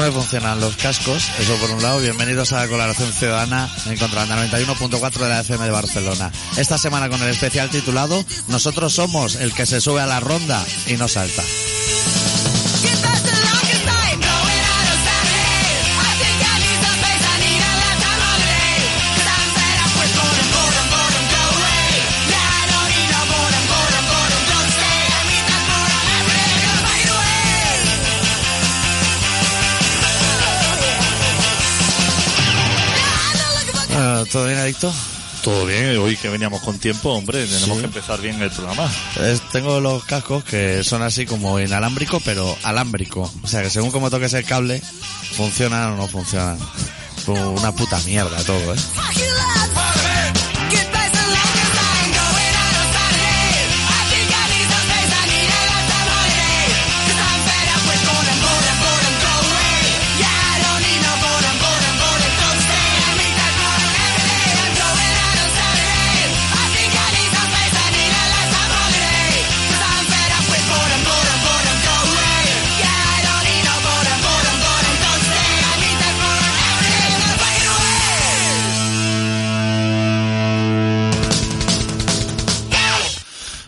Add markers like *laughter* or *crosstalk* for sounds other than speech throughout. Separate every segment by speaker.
Speaker 1: me funcionan los cascos, eso por un lado. Bienvenidos a la colaboración ciudadana en contra la 91.4 de la FM de Barcelona. Esta semana con el especial titulado Nosotros somos el que se sube a la ronda y no salta. Eh, ¿Todo bien, adicto?
Speaker 2: Todo bien, hoy que veníamos con tiempo, hombre, tenemos
Speaker 1: Sí.
Speaker 2: que empezar bien el programa.
Speaker 1: Es- tengo los cascos que son así como inalámbrico, pero alámbrico. O sea que según como toques el cable, funcionan o no funcionan. Como Una puta mierda todo, ¿eh?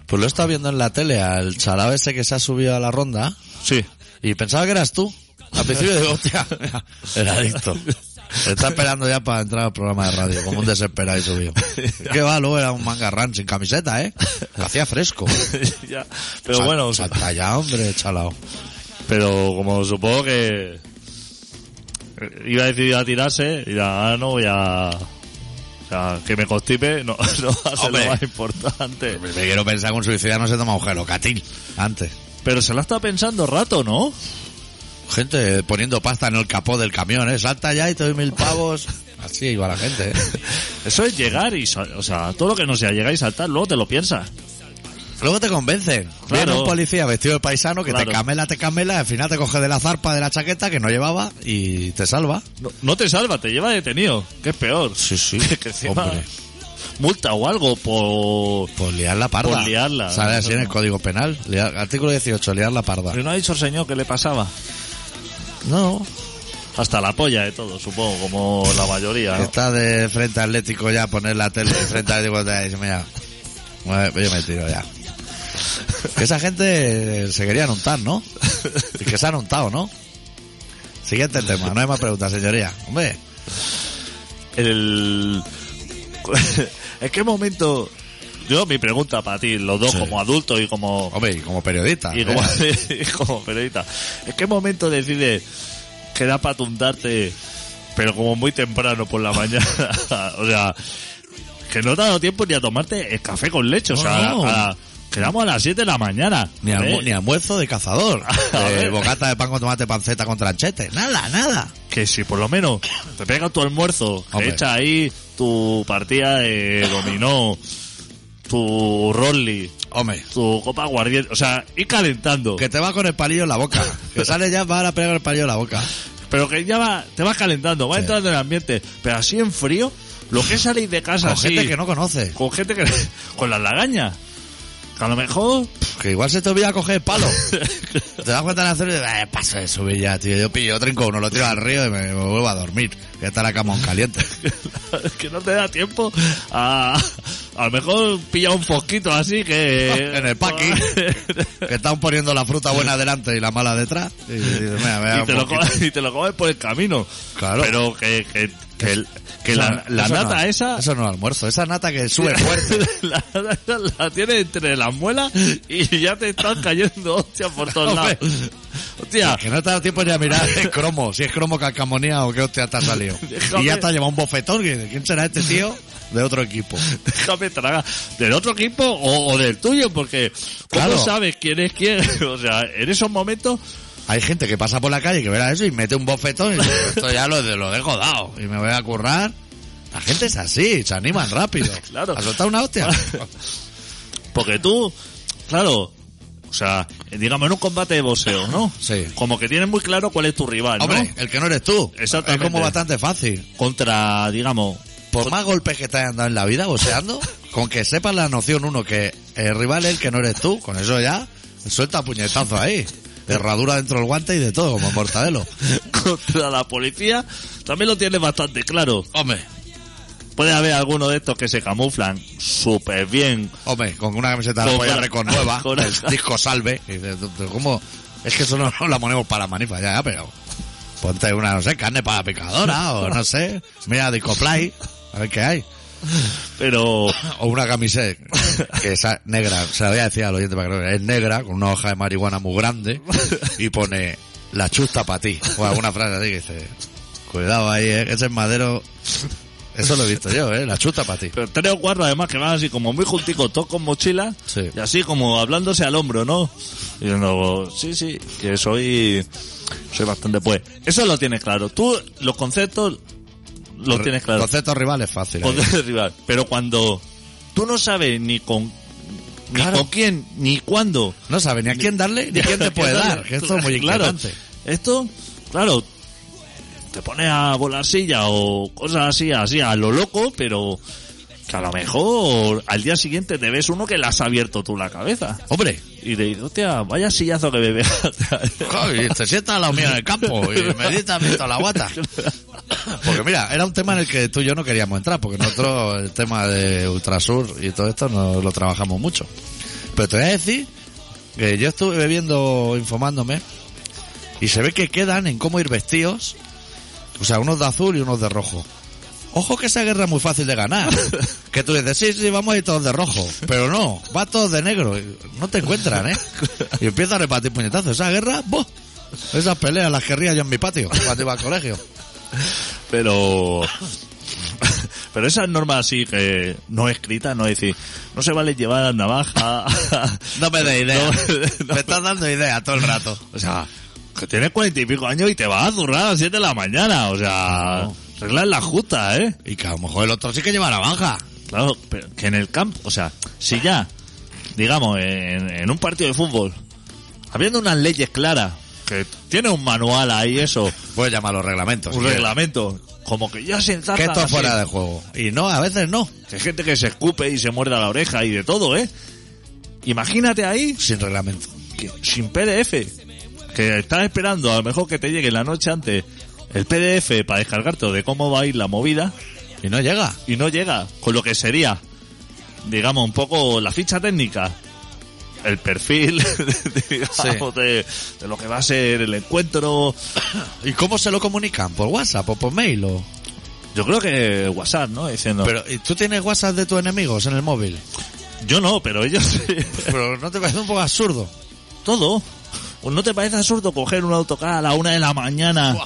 Speaker 1: Pues lo he estado viendo en la tele al chalao ese que se ha subido a la ronda
Speaker 2: Sí.
Speaker 1: y pensaba que eras tú. Al principio digo, *laughs* hostia, el *laughs* adicto. Se está esperando ya para entrar al programa de radio, como un desesperado y *laughs* subido. Que va, luego era un mangarrán sin camiseta, ¿eh? Lo hacía fresco.
Speaker 2: *laughs* Ya, Pero bueno,
Speaker 1: Sal- salta ya, hombre, chalao.
Speaker 2: pero como supongo que eh, iba decidido a tirarse, y ahora no voy a... o sea, que me constipe no, *laughs* no va a ser
Speaker 1: Hombre.
Speaker 2: lo más importante.
Speaker 1: Me quiero pensar que un suicida no se toma un gelocatil. Antes.
Speaker 2: Pero se la está pensando rato, ¿no?
Speaker 1: Gente poniendo pasta en el capó del camión, ¿eh? Salta ya y te doy mil pavos. Así iba la gente, ¿eh? *laughs*
Speaker 2: Eso es llegar y... sal- O sea, todo lo que no sea llegar y saltar, luego te lo piensas.
Speaker 1: Luego te convencen.
Speaker 2: Claro.
Speaker 1: Viene un policía vestido de paisano que
Speaker 2: Claro.
Speaker 1: te camela, te camela, al final te coge de la zarpa de la chaqueta que no llevaba y te salva.
Speaker 2: No, no te salva, te lleva detenido, que es peor.
Speaker 1: *laughs*
Speaker 2: Sí, sí. *laughs* que encima
Speaker 1: Hombre.
Speaker 2: multa o algo por...
Speaker 1: Por liar la parda.
Speaker 2: Por Pues liarla.
Speaker 1: Sale así en el Código Penal. Liar- artículo 18, liar la parda.
Speaker 2: Pero no ha dicho el señor que le pasaba.
Speaker 1: No,
Speaker 2: Hasta la polla de todo, supongo, como la mayoría. ¿no?
Speaker 1: está de frente atlético ya, poner la tele de frente atlético *laughs* y dice, mira, bueno, yo me tiro ya. Que esa gente se querían untar, ¿no? Y que se han untado, ¿no? Siguiente tema, no hay más preguntas, señoría. Hombre,
Speaker 2: El... *laughs* ¿En qué momento? Yo, mi pregunta para ti, los dos
Speaker 1: Sí.
Speaker 2: como adultos y como...
Speaker 1: hombre, y como periodista.
Speaker 2: Y
Speaker 1: ¿eh?
Speaker 2: como, *laughs* y como periodista. ¿En qué momento decides que da para tuntarte, pero como muy temprano por la mañana? *laughs* o sea, que no te ha dado tiempo ni a tomarte el café con leche. O sea,
Speaker 1: No, no.
Speaker 2: a- a- quedamos a las 7 de la mañana.
Speaker 1: Ni, almu-
Speaker 2: ¿eh?
Speaker 1: ni almuerzo de
Speaker 2: *laughs*
Speaker 1: cazador.
Speaker 2: A
Speaker 1: de
Speaker 2: ver.
Speaker 1: bocata de pan con tomate, panceta con tranchete. Nada, nada.
Speaker 2: Que si por lo menos te pega tu almuerzo, que
Speaker 1: Hombre.
Speaker 2: echa ahí tu partida de dominó, tu rolly,
Speaker 1: Hombre,
Speaker 2: tu copa aguardiente. O sea, ir calentando.
Speaker 1: que te va con el palillo en la
Speaker 2: *laughs*
Speaker 1: boca. Que sale ya para pegar el palillo en la boca.
Speaker 2: Pero que ya va, te vas calentando, vas
Speaker 1: Sí.
Speaker 2: entrando en el ambiente. Pero así en frío, lo que salís de casa
Speaker 1: Con
Speaker 2: así,
Speaker 1: gente que no conoce.
Speaker 2: con gente que, *laughs* con las lagañas. Que a lo mejor, *laughs*
Speaker 1: Que igual se te olvida coger el palo. te das cuenta de hacer. Eh, paso de subir ya, tío. Yo pillo trinco uno, lo tiro al río y me, me vuelvo a dormir. Que está la cama aún caliente.
Speaker 2: que no te da tiempo a, a lo mejor pilla un poquito así que...
Speaker 1: *laughs* En el
Speaker 2: *laughs*
Speaker 1: paqui. que están poniendo la fruta buena delante y la mala detrás. Y, y- mira, me da
Speaker 2: *laughs* y,
Speaker 1: un
Speaker 2: te lo
Speaker 1: poquito.
Speaker 2: comes, y te lo comes por el camino.
Speaker 1: Claro.
Speaker 2: Pero que, que, que, el- que
Speaker 1: Eso
Speaker 2: la,
Speaker 1: no-
Speaker 2: la
Speaker 1: eso no-
Speaker 2: nata esa... *laughs*
Speaker 1: Eso no es almuerzo. Esa nata que sube fuerte.
Speaker 2: La, la, la tiene entre las muelas y ya te están cayendo hostias por todos lados.
Speaker 1: Hombre.
Speaker 2: Hostia,
Speaker 1: Que no te da tiempo ni a mirar el cromo, si es cromo calcamonía o qué hostia te ha salido.
Speaker 2: Déjame.
Speaker 1: Y ya te ha llevado un bofetón. que dice, ¿Quién será este tío? De otro equipo.
Speaker 2: déjame tragar. ¿Del otro equipo o, o del tuyo? Porque ¿cómo
Speaker 1: Claro.
Speaker 2: sabes quién es quién? *laughs* O sea, en esos momentos
Speaker 1: Hay gente que pasa por la calle que verá eso y mete un bofetón y dice, esto ya lo, lo dejo dado y me voy a currar. La gente es así, se animan rápido.
Speaker 2: Claro.
Speaker 1: A soltar una
Speaker 2: *laughs*
Speaker 1: hostia.
Speaker 2: Porque tú, claro, o sea, digamos en un combate de boxeo, ¿no?
Speaker 1: Sí.
Speaker 2: Como que tienes muy claro cuál es tu rival, ¿no?
Speaker 1: Hombre, el que no eres tú.
Speaker 2: Exactamente.
Speaker 1: Es como bastante fácil.
Speaker 2: Contra, digamos, *laughs*
Speaker 1: Por más golpes que te hayan dado en la vida boxeando, con que sepas la noción uno que el rival es el que no eres tú, con eso ya suelta puñetazo ahí. Herradura dentro del guante y de todo, como en mortadelo.
Speaker 2: contra la policía también lo tiene bastante claro.
Speaker 1: Hombre,
Speaker 2: Puede haber alguno de estos que se camuflan súper bien.
Speaker 1: hombre, con una camiseta de
Speaker 2: Con
Speaker 1: Polla
Speaker 2: una-
Speaker 1: Record nueva,
Speaker 2: con
Speaker 1: el
Speaker 2: una-
Speaker 1: disco Salve. Y dices, "Tú- tú, ¿cómo? Es que eso no, no la ponemos para la manifa, ya, ya, pero. Ponte una, no sé, carne para la picadora, o no sé. Mira, Discoplay, a ver qué hay.
Speaker 2: Pero
Speaker 1: Ah, O una
Speaker 2: *laughs*
Speaker 1: camiseta que es negra, se la voy a decir al oyente para que lo vea, es negra, con una hoja de marihuana muy grande, y pone la chusta para ti. O alguna frase así que dice, cuidado ahí, eh, ese es madero. Eso lo he visto yo, eh, la chusta para ti.
Speaker 2: Pero tres o cuatro además que van así como muy junticos, todos con mochilas
Speaker 1: Sí.
Speaker 2: y así como hablándose al hombro, ¿no? Y yo no, sí, sí, que soy soy bastante pues. Eso lo tienes claro. Tú los conceptos los tienes claros.
Speaker 1: Conceptos rivales fáciles.
Speaker 2: Conceptos de rival. Pero cuando tú no sabes ni con ni
Speaker 1: Claro.
Speaker 2: con quién ni cuándo
Speaker 1: No sabe ni a quién
Speaker 2: *laughs*
Speaker 1: darle ni a quién te puede dar. Que esto es muy
Speaker 2: Claro,
Speaker 1: inquietante.
Speaker 2: esto, claro, te pones a volar silla o cosas así, así a lo loco, pero que a lo mejor al día siguiente te ves uno que le has abierto tú la cabeza.
Speaker 1: Hombre,
Speaker 2: Y te dices, hostia, vaya sillazo que me pegaste".
Speaker 1: joder, te sientas a la mía en el campo y meditas visto la
Speaker 2: *laughs*
Speaker 1: guata. Porque mira, era un tema en el que tú y yo no queríamos entrar, porque nosotros el tema de Ultrasur y todo esto no lo trabajamos mucho. Pero te voy a decir que yo estuve viendo, informándome, y se ve que quedan en cómo ir vestidos, o sea, unos de azul y unos de rojo. Ojo que esa guerra es muy fácil de ganar. Que tú dices, sí, sí, vamos a ir todos de rojo. Pero no, va todos de negro. Y No te encuentran, ¿eh? Y empieza a repartir puñetazos. Esa guerra, ¡buah! Esas peleas las querría yo en mi patio cuando iba al colegio.
Speaker 2: *laughs* Pero... Pero esas normas así que no escritas, no es decir, no se vale llevar navaja.
Speaker 1: *laughs* No me des idea.
Speaker 2: No, no.
Speaker 1: Me estás dando idea todo el rato.
Speaker 2: O sea, que tienes cuarenta y pico años y te vas a zurrar a las siete de la mañana. O sea, regla es la justa, ¿eh?
Speaker 1: Y que a lo mejor el otro sí que lleva navaja.
Speaker 2: Claro, pero que en el campo, o sea, si ya, digamos, en, en un partido de fútbol, habiendo unas leyes claras, que tiene un manual ahí eso,
Speaker 1: Puedes llamar los reglamentos.
Speaker 2: un
Speaker 1: si quieres.
Speaker 2: reglamento, como que ya se
Speaker 1: Pues Que
Speaker 2: enzartan
Speaker 1: esto es
Speaker 2: así.
Speaker 1: fuera de juego. Y no, a veces no.
Speaker 2: Que hay gente que se escupe y se muerda la oreja y de todo, ¿eh? Imagínate ahí
Speaker 1: Sin reglamento.
Speaker 2: que- sin PDF. Que estás esperando a lo mejor que te llegue la noche antes el PDF para descargarte de cómo va a ir la movida
Speaker 1: Y no llega.
Speaker 2: y no llega. Con lo que sería, digamos, un poco la ficha técnica, el perfil, *laughs* digamos, de, de lo que va a ser el encuentro.
Speaker 1: ¿Y cómo se lo comunican? ¿Por WhatsApp o por mail? O...
Speaker 2: Yo creo que WhatsApp, ¿no? Diciendo,
Speaker 1: Pero, ¿y ¿Tú tienes WhatsApp de tus enemigos en el móvil?
Speaker 2: yo no, pero ellos *laughs* sí.
Speaker 1: Pero ¿no te parece un poco absurdo?
Speaker 2: todo. Pues, ¿No te parece absurdo coger un autocar a la una de la mañana?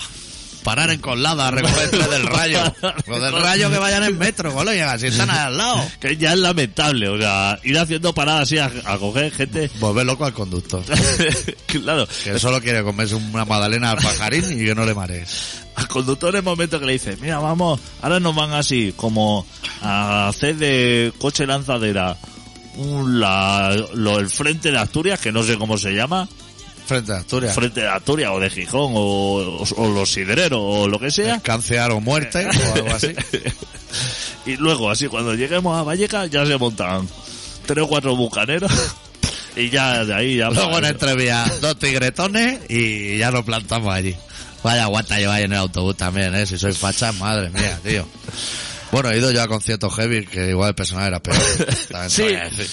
Speaker 1: Parar en Conlada, recogerse del rayo. Los del rayo que vayan en metro, colega, si están al lado.
Speaker 2: Que ya es lamentable, o sea, ir haciendo paradas así a, a coger gente.
Speaker 1: Volver loco al conductor.
Speaker 2: *laughs* claro,
Speaker 1: Que solo quiere comerse una magdalena al pajarín y que no le marees.
Speaker 2: al conductor en el momento que le dices, mira, vamos, ahora nos van así, como a hacer de coche lanzadera un la- lo- el frente de Asturias, que no sé cómo se llama,
Speaker 1: Frente a Asturias.
Speaker 2: frente de Asturias o de Gijón o, o- o los sidreros o lo que sea.
Speaker 1: Escancear o muerte *laughs* o algo así.
Speaker 2: *laughs* Y luego, así, cuando lleguemos a Vallecas, ya se montan tres o cuatro bucaneros *laughs* y ya de ahí ya...
Speaker 1: Luego en entrevía dos tigretones y ya lo plantamos allí. Vaya guata lleváis en el autobús también, ¿eh? Si sois fachas, madre mía, tío. Bueno, he ido yo a conciertos heavy, que igual el personal era *laughs* peor. También te
Speaker 2: Sí,
Speaker 1: voy a decir.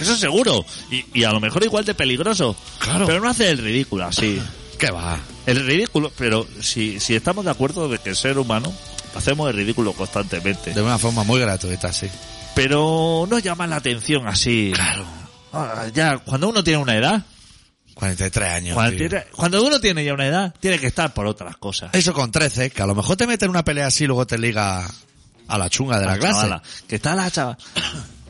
Speaker 2: eso seguro. Y, y a lo mejor igual de peligroso.
Speaker 1: Claro.
Speaker 2: Pero no hace el ridículo así.
Speaker 1: ¿Qué va?
Speaker 2: El ridículo, pero si, si estamos de acuerdo de que el ser humano hacemos el ridículo constantemente.
Speaker 1: De una forma muy gratuita, sí.
Speaker 2: Pero no llama la atención así. Claro. ya, cuando uno tiene una edad,
Speaker 1: 43 años.
Speaker 2: cuando,
Speaker 1: tío.
Speaker 2: tiene- cuando uno tiene ya una edad, tiene que estar por otras cosas.
Speaker 1: Eso con 13, que a lo mejor te meten una pelea así y luego te liga a la chunga de la,
Speaker 2: La
Speaker 1: clase.
Speaker 2: chavala, que está la chava,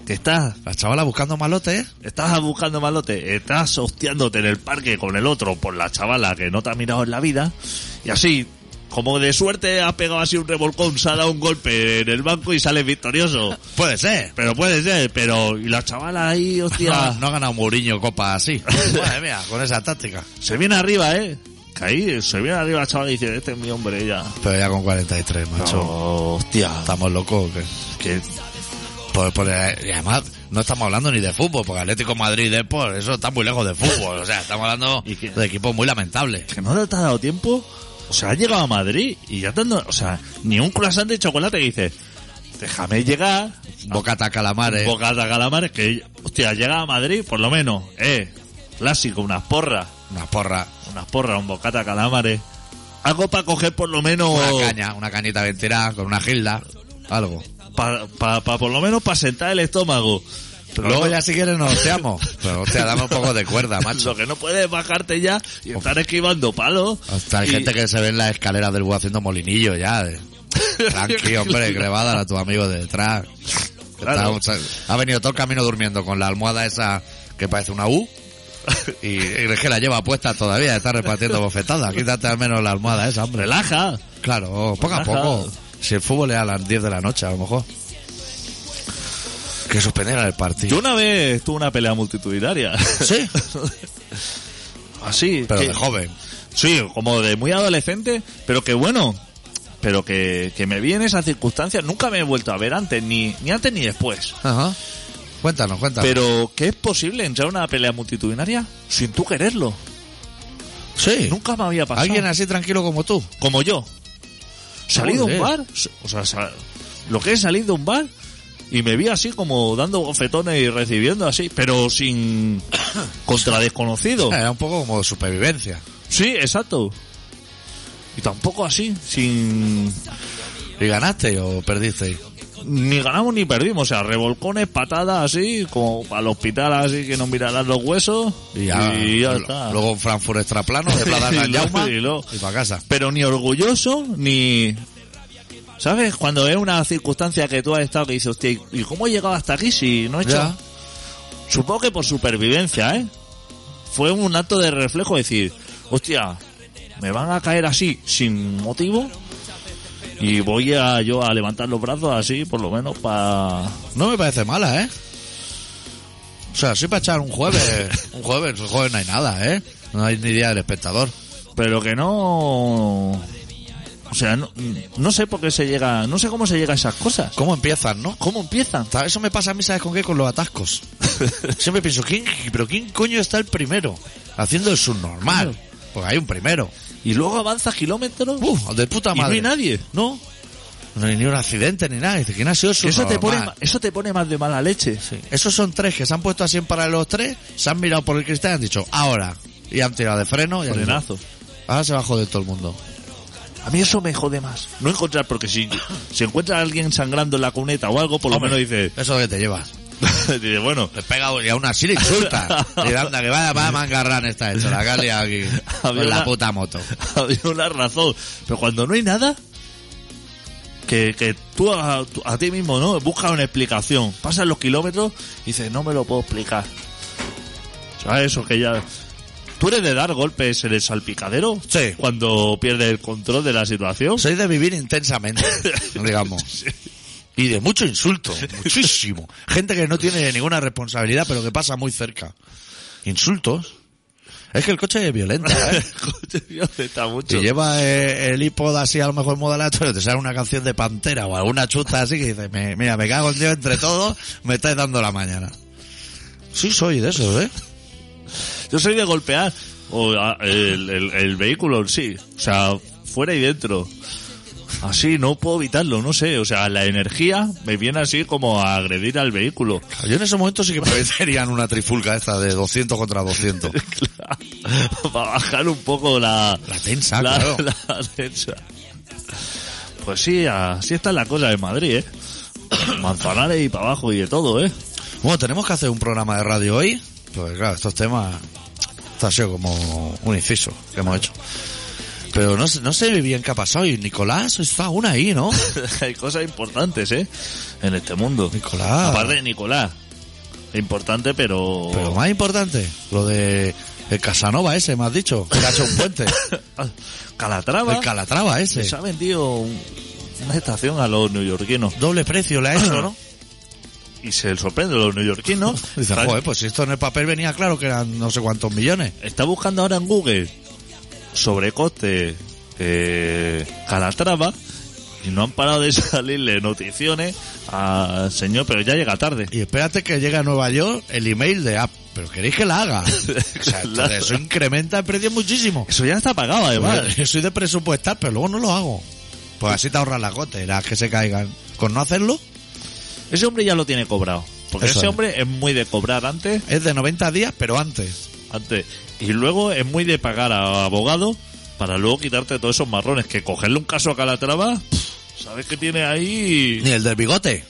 Speaker 2: que estás
Speaker 1: La chavala buscando malotes.
Speaker 2: Estás buscando malote, estás hostiándote en el parque con el otro por la chavala que no te ha mirado en la vida, y así, como de suerte has pegado así un revolcón, se ha dado un golpe en el banco y sales victorioso.
Speaker 1: Puede ser.
Speaker 2: Pero puede ser, pero. Y la chavala
Speaker 1: *laughs*
Speaker 2: ahí,
Speaker 1: No,
Speaker 2: hostia,
Speaker 1: no ha ganado Mourinho copa *laughs* así. Madre mía, con esa táctica.
Speaker 2: se viene arriba, ¿eh? Que ahí se viene arriba la chavala y dice: Este es mi hombre, ya.
Speaker 1: Pero ya con 43, macho.
Speaker 2: Oh, hostia,
Speaker 1: Estamos locos. ¿o qué?
Speaker 2: que
Speaker 1: Por- por- y además, no estamos hablando ni de fútbol, porque Atlético Madrid y por *laughs* eso está muy lejos de fútbol. O sea, estamos hablando
Speaker 2: ¿Y qué?
Speaker 1: de equipos muy lamentables.
Speaker 2: que no te ha dado tiempo O sea, has llegado a Madrid y ya te han dado- O sea, ni un croissant de chocolate que dices, déjame llegar,
Speaker 1: Bocata calamares.
Speaker 2: bocata calamares, que, hostia, llega a Madrid, por lo menos, eh, clásico, unas porras,
Speaker 1: una porra.
Speaker 2: unas porras, un bocata calamares. Algo para coger por lo menos...
Speaker 1: Una caña, una cañita bien tirada, con una gilda. Algo.
Speaker 2: Para por lo menos para sentar el estómago. Pero
Speaker 1: Luego
Speaker 2: no-
Speaker 1: ya si quieres nos hosteamos. *laughs* Pero hostia, dame un poco de *laughs* cuerda, macho.
Speaker 2: Lo que no puedes es bajarte ya y estar esquivando palos.
Speaker 1: Hasta hay
Speaker 2: Y-
Speaker 1: gente que se ve en las escaleras del búho haciendo molinillo ya.
Speaker 2: *laughs*
Speaker 1: de- Tranqui, hombre, que le va a dar a tu amigo de detrás. Que
Speaker 2: Claro.
Speaker 1: está- ha venido todo el camino durmiendo con la almohada esa que parece una U. Y, y es que la lleva puesta todavía, está repartiendo bofetadas. Quítate al menos la almohada esa, hombre.
Speaker 2: Relaja.
Speaker 1: Claro, poco a
Speaker 2: Relaja.
Speaker 1: poco. Si el fútbol es a las 10 de la noche, a lo mejor. Que suspendieran el
Speaker 2: Yo
Speaker 1: partido.
Speaker 2: una vez tuve una
Speaker 1: *laughs*
Speaker 2: pelea multitudinaria.
Speaker 1: Sí,
Speaker 2: Así.
Speaker 1: pero
Speaker 2: que-
Speaker 1: de joven.
Speaker 2: Sí, como de muy adolescente, pero que bueno. Pero que, que me vi en esas circunstancias. Nunca me he vuelto a ver antes, ni, ni antes ni después.
Speaker 1: Ajá. Cuéntanos, cuéntanos.
Speaker 2: Pero que es posible entrar a una pelea multitudinaria sin tú quererlo.
Speaker 1: sí.
Speaker 2: Nunca me había pasado.
Speaker 1: Alguien así tranquilo como tú.
Speaker 2: como yo. Salí de
Speaker 1: Joder.
Speaker 2: un bar, o sea, sa- lo que es salir de un bar y me vi así como dando bofetones y recibiendo así, pero sin *coughs*
Speaker 1: *coughs*
Speaker 2: contra desconocido.
Speaker 1: Era un poco como supervivencia.
Speaker 2: Sí, exacto. Y tampoco así, sin
Speaker 1: ¿Y ganaste o perdiste?
Speaker 2: ni ganamos ni perdimos, o sea, revolcones, patadas así, como al hospital así que nos mirarán los huesos y ya,
Speaker 1: lo-
Speaker 2: está.
Speaker 1: Luego un Frankfurt extraplano
Speaker 2: *laughs*
Speaker 1: de Plaza
Speaker 2: Y luego-
Speaker 1: Yauma
Speaker 2: y luego-
Speaker 1: y para casa.
Speaker 2: pero ni orgulloso ni ¿Sabes? Cuando es una circunstancia que tú has estado que dices, hostia, ¿y cómo he llegado hasta aquí si no he hecho?
Speaker 1: Ya.
Speaker 2: Supongo que por supervivencia, ¿eh? Fue un acto de reflejo decir, hostia, me van a caer así sin motivo y voy a yo a levantar los brazos así, por lo menos para...
Speaker 1: No me parece mala, ¿eh? O sea, sí para echar un
Speaker 2: *laughs*
Speaker 1: jueves. un jueves, un jueves no hay nada, ¿eh? No hay ni día del espectador.
Speaker 2: Pero que no... O sea, no, no sé por qué se llega... No sé cómo se llega a esas cosas.
Speaker 1: ¿Cómo empiezan, no?
Speaker 2: ¿Cómo empiezan?
Speaker 1: Ta- Eso me pasa a mí, ¿sabes con qué? Con los
Speaker 2: *laughs*
Speaker 1: atascos. Siempre pienso, ¿quién, ¿pero quién coño está el primero? Haciendo el subnormal. Porque hay un primero.
Speaker 2: Y luego avanzas kilómetros
Speaker 1: Uf, de puta
Speaker 2: y no
Speaker 1: madre.
Speaker 2: hay nadie.
Speaker 1: No. No hay ni un accidente ni nada. Dice, ¿quién ha sido el
Speaker 2: Eso te, pone,
Speaker 1: subnormal?
Speaker 2: ma- eso te pone más de mala leche.
Speaker 1: Esos son tres que se han puesto así en paralelo los tres, se han mirado por el cristal y han dicho, ahora. Y han tirado de freno y han dicho,
Speaker 2: Frenazo.
Speaker 1: ahora se va a joder todo el mundo.
Speaker 2: A mí eso me jode más. No encontrar, porque si, si encuentras a alguien sangrando en la cuneta o algo, por lo menos dices,
Speaker 1: Eso que te llevas.
Speaker 2: *laughs* dices, bueno,
Speaker 1: Le pega y aún así le
Speaker 2: *laughs*
Speaker 1: insulta. y le anda, que vaya, vaya mangarrán está hecho. La calle aquí.
Speaker 2: Había
Speaker 1: con la
Speaker 2: una-
Speaker 1: puta moto.
Speaker 2: había una razón. Pero cuando no hay nada, que, que tú a, tú- a ti mismo, ¿no? Buscas una explicación. Pasan los kilómetros y dices, no me lo puedo explicar. ¿Sabes? Eso que ya... ¿Tú eres de dar golpes en el salpicadero?
Speaker 1: Sí.
Speaker 2: Cuando pierdes el control de la situación.
Speaker 1: Soy de vivir
Speaker 2: *laughs*
Speaker 1: intensamente, digamos. Y de mucho insulto, muchísimo. Gente que no tiene ninguna responsabilidad, pero que pasa muy cerca. Insultos. Es que el coche es violento,
Speaker 2: *laughs*
Speaker 1: ¿eh?
Speaker 2: Coño, Dios, está mucho.
Speaker 1: Si lleva eh, el iPod así a lo mejor modelato, te sale una canción de Pantera o alguna chuta así que dices, "Me- mira, me cago en Dios entre todos, me estáis dando la mañana. Sí soy de esos, ¿eh?
Speaker 2: Yo soy de golpear o a- el, el- el vehículo en sí, o sea, fuera y dentro. Así no puedo evitarlo, no sé, o sea, la energía me viene así como a agredir al vehículo. *laughs*
Speaker 1: Yo en ese momento sí que me meterían una trifulca esta de 200 contra 200.
Speaker 2: Para bajar un poco la...
Speaker 1: La tensa,
Speaker 2: la-
Speaker 1: Ah, claro.
Speaker 2: *laughs* la tensa. Pues sí, así está la cosa de Madrid, ¿eh? *coughs* Manzanares y para abajo y de todo, ¿eh? *laughs*
Speaker 1: Bueno, tenemos que hacer un programa de radio hoy, pues claro, estos temas, esto ha sido como un inciso que hemos hecho. Pero no, sé- no sé bien qué ha pasado y Nicolás está aún ahí, ¿no?
Speaker 2: Hay cosas importantes, ¿eh? En este mundo.
Speaker 1: Nicolás.
Speaker 2: Aparte de Nicolás. Importante, pero...
Speaker 1: Pero más importante, lo de el Casanova ese, me has dicho, que ha hecho un puente. *laughs*
Speaker 2: Ah, Calatrava.
Speaker 1: El Calatrava
Speaker 2: Se
Speaker 1: ese.
Speaker 2: ha vendido un- una estación a los
Speaker 1: *clears throat*
Speaker 2: neoyorquinos.
Speaker 1: Doble precio le ha *coughs* hecho, ¿no?
Speaker 2: Y se sorprende a los neoyorquinos.
Speaker 1: *laughs* Dice,
Speaker 2: Está-
Speaker 1: joder, pues si esto en el papel venía claro que eran no sé cuántos millones.
Speaker 2: Está buscando ahora en Google sobrecoste eh, Calatrava y no han parado de *laughs* salirle noticiones al señor, pero ya llega tarde.
Speaker 1: Y espérate que llegue a Nueva York el email de, App- pero queréis que la *laughs* haga. O sea, entonces eso incrementa el precio muchísimo.
Speaker 2: Eso ya está pagado, además.
Speaker 1: Yo soy de presupuestar, pero luego no lo hago. Pues así te ahorras las goteras que se caigan. Con no hacerlo,
Speaker 2: Ese hombre ya lo tiene cobrado. Porque
Speaker 1: Eso
Speaker 2: ese
Speaker 1: es.
Speaker 2: hombre es muy de cobrar antes,
Speaker 1: es de 90 días, pero antes.
Speaker 2: antes. Y luego es muy de pagar a abogados para luego quitarte todos esos marrones. Que cogerle un caso a Calatrava, pff, ¿sabes qué tiene ahí?
Speaker 1: Ni el del bigote.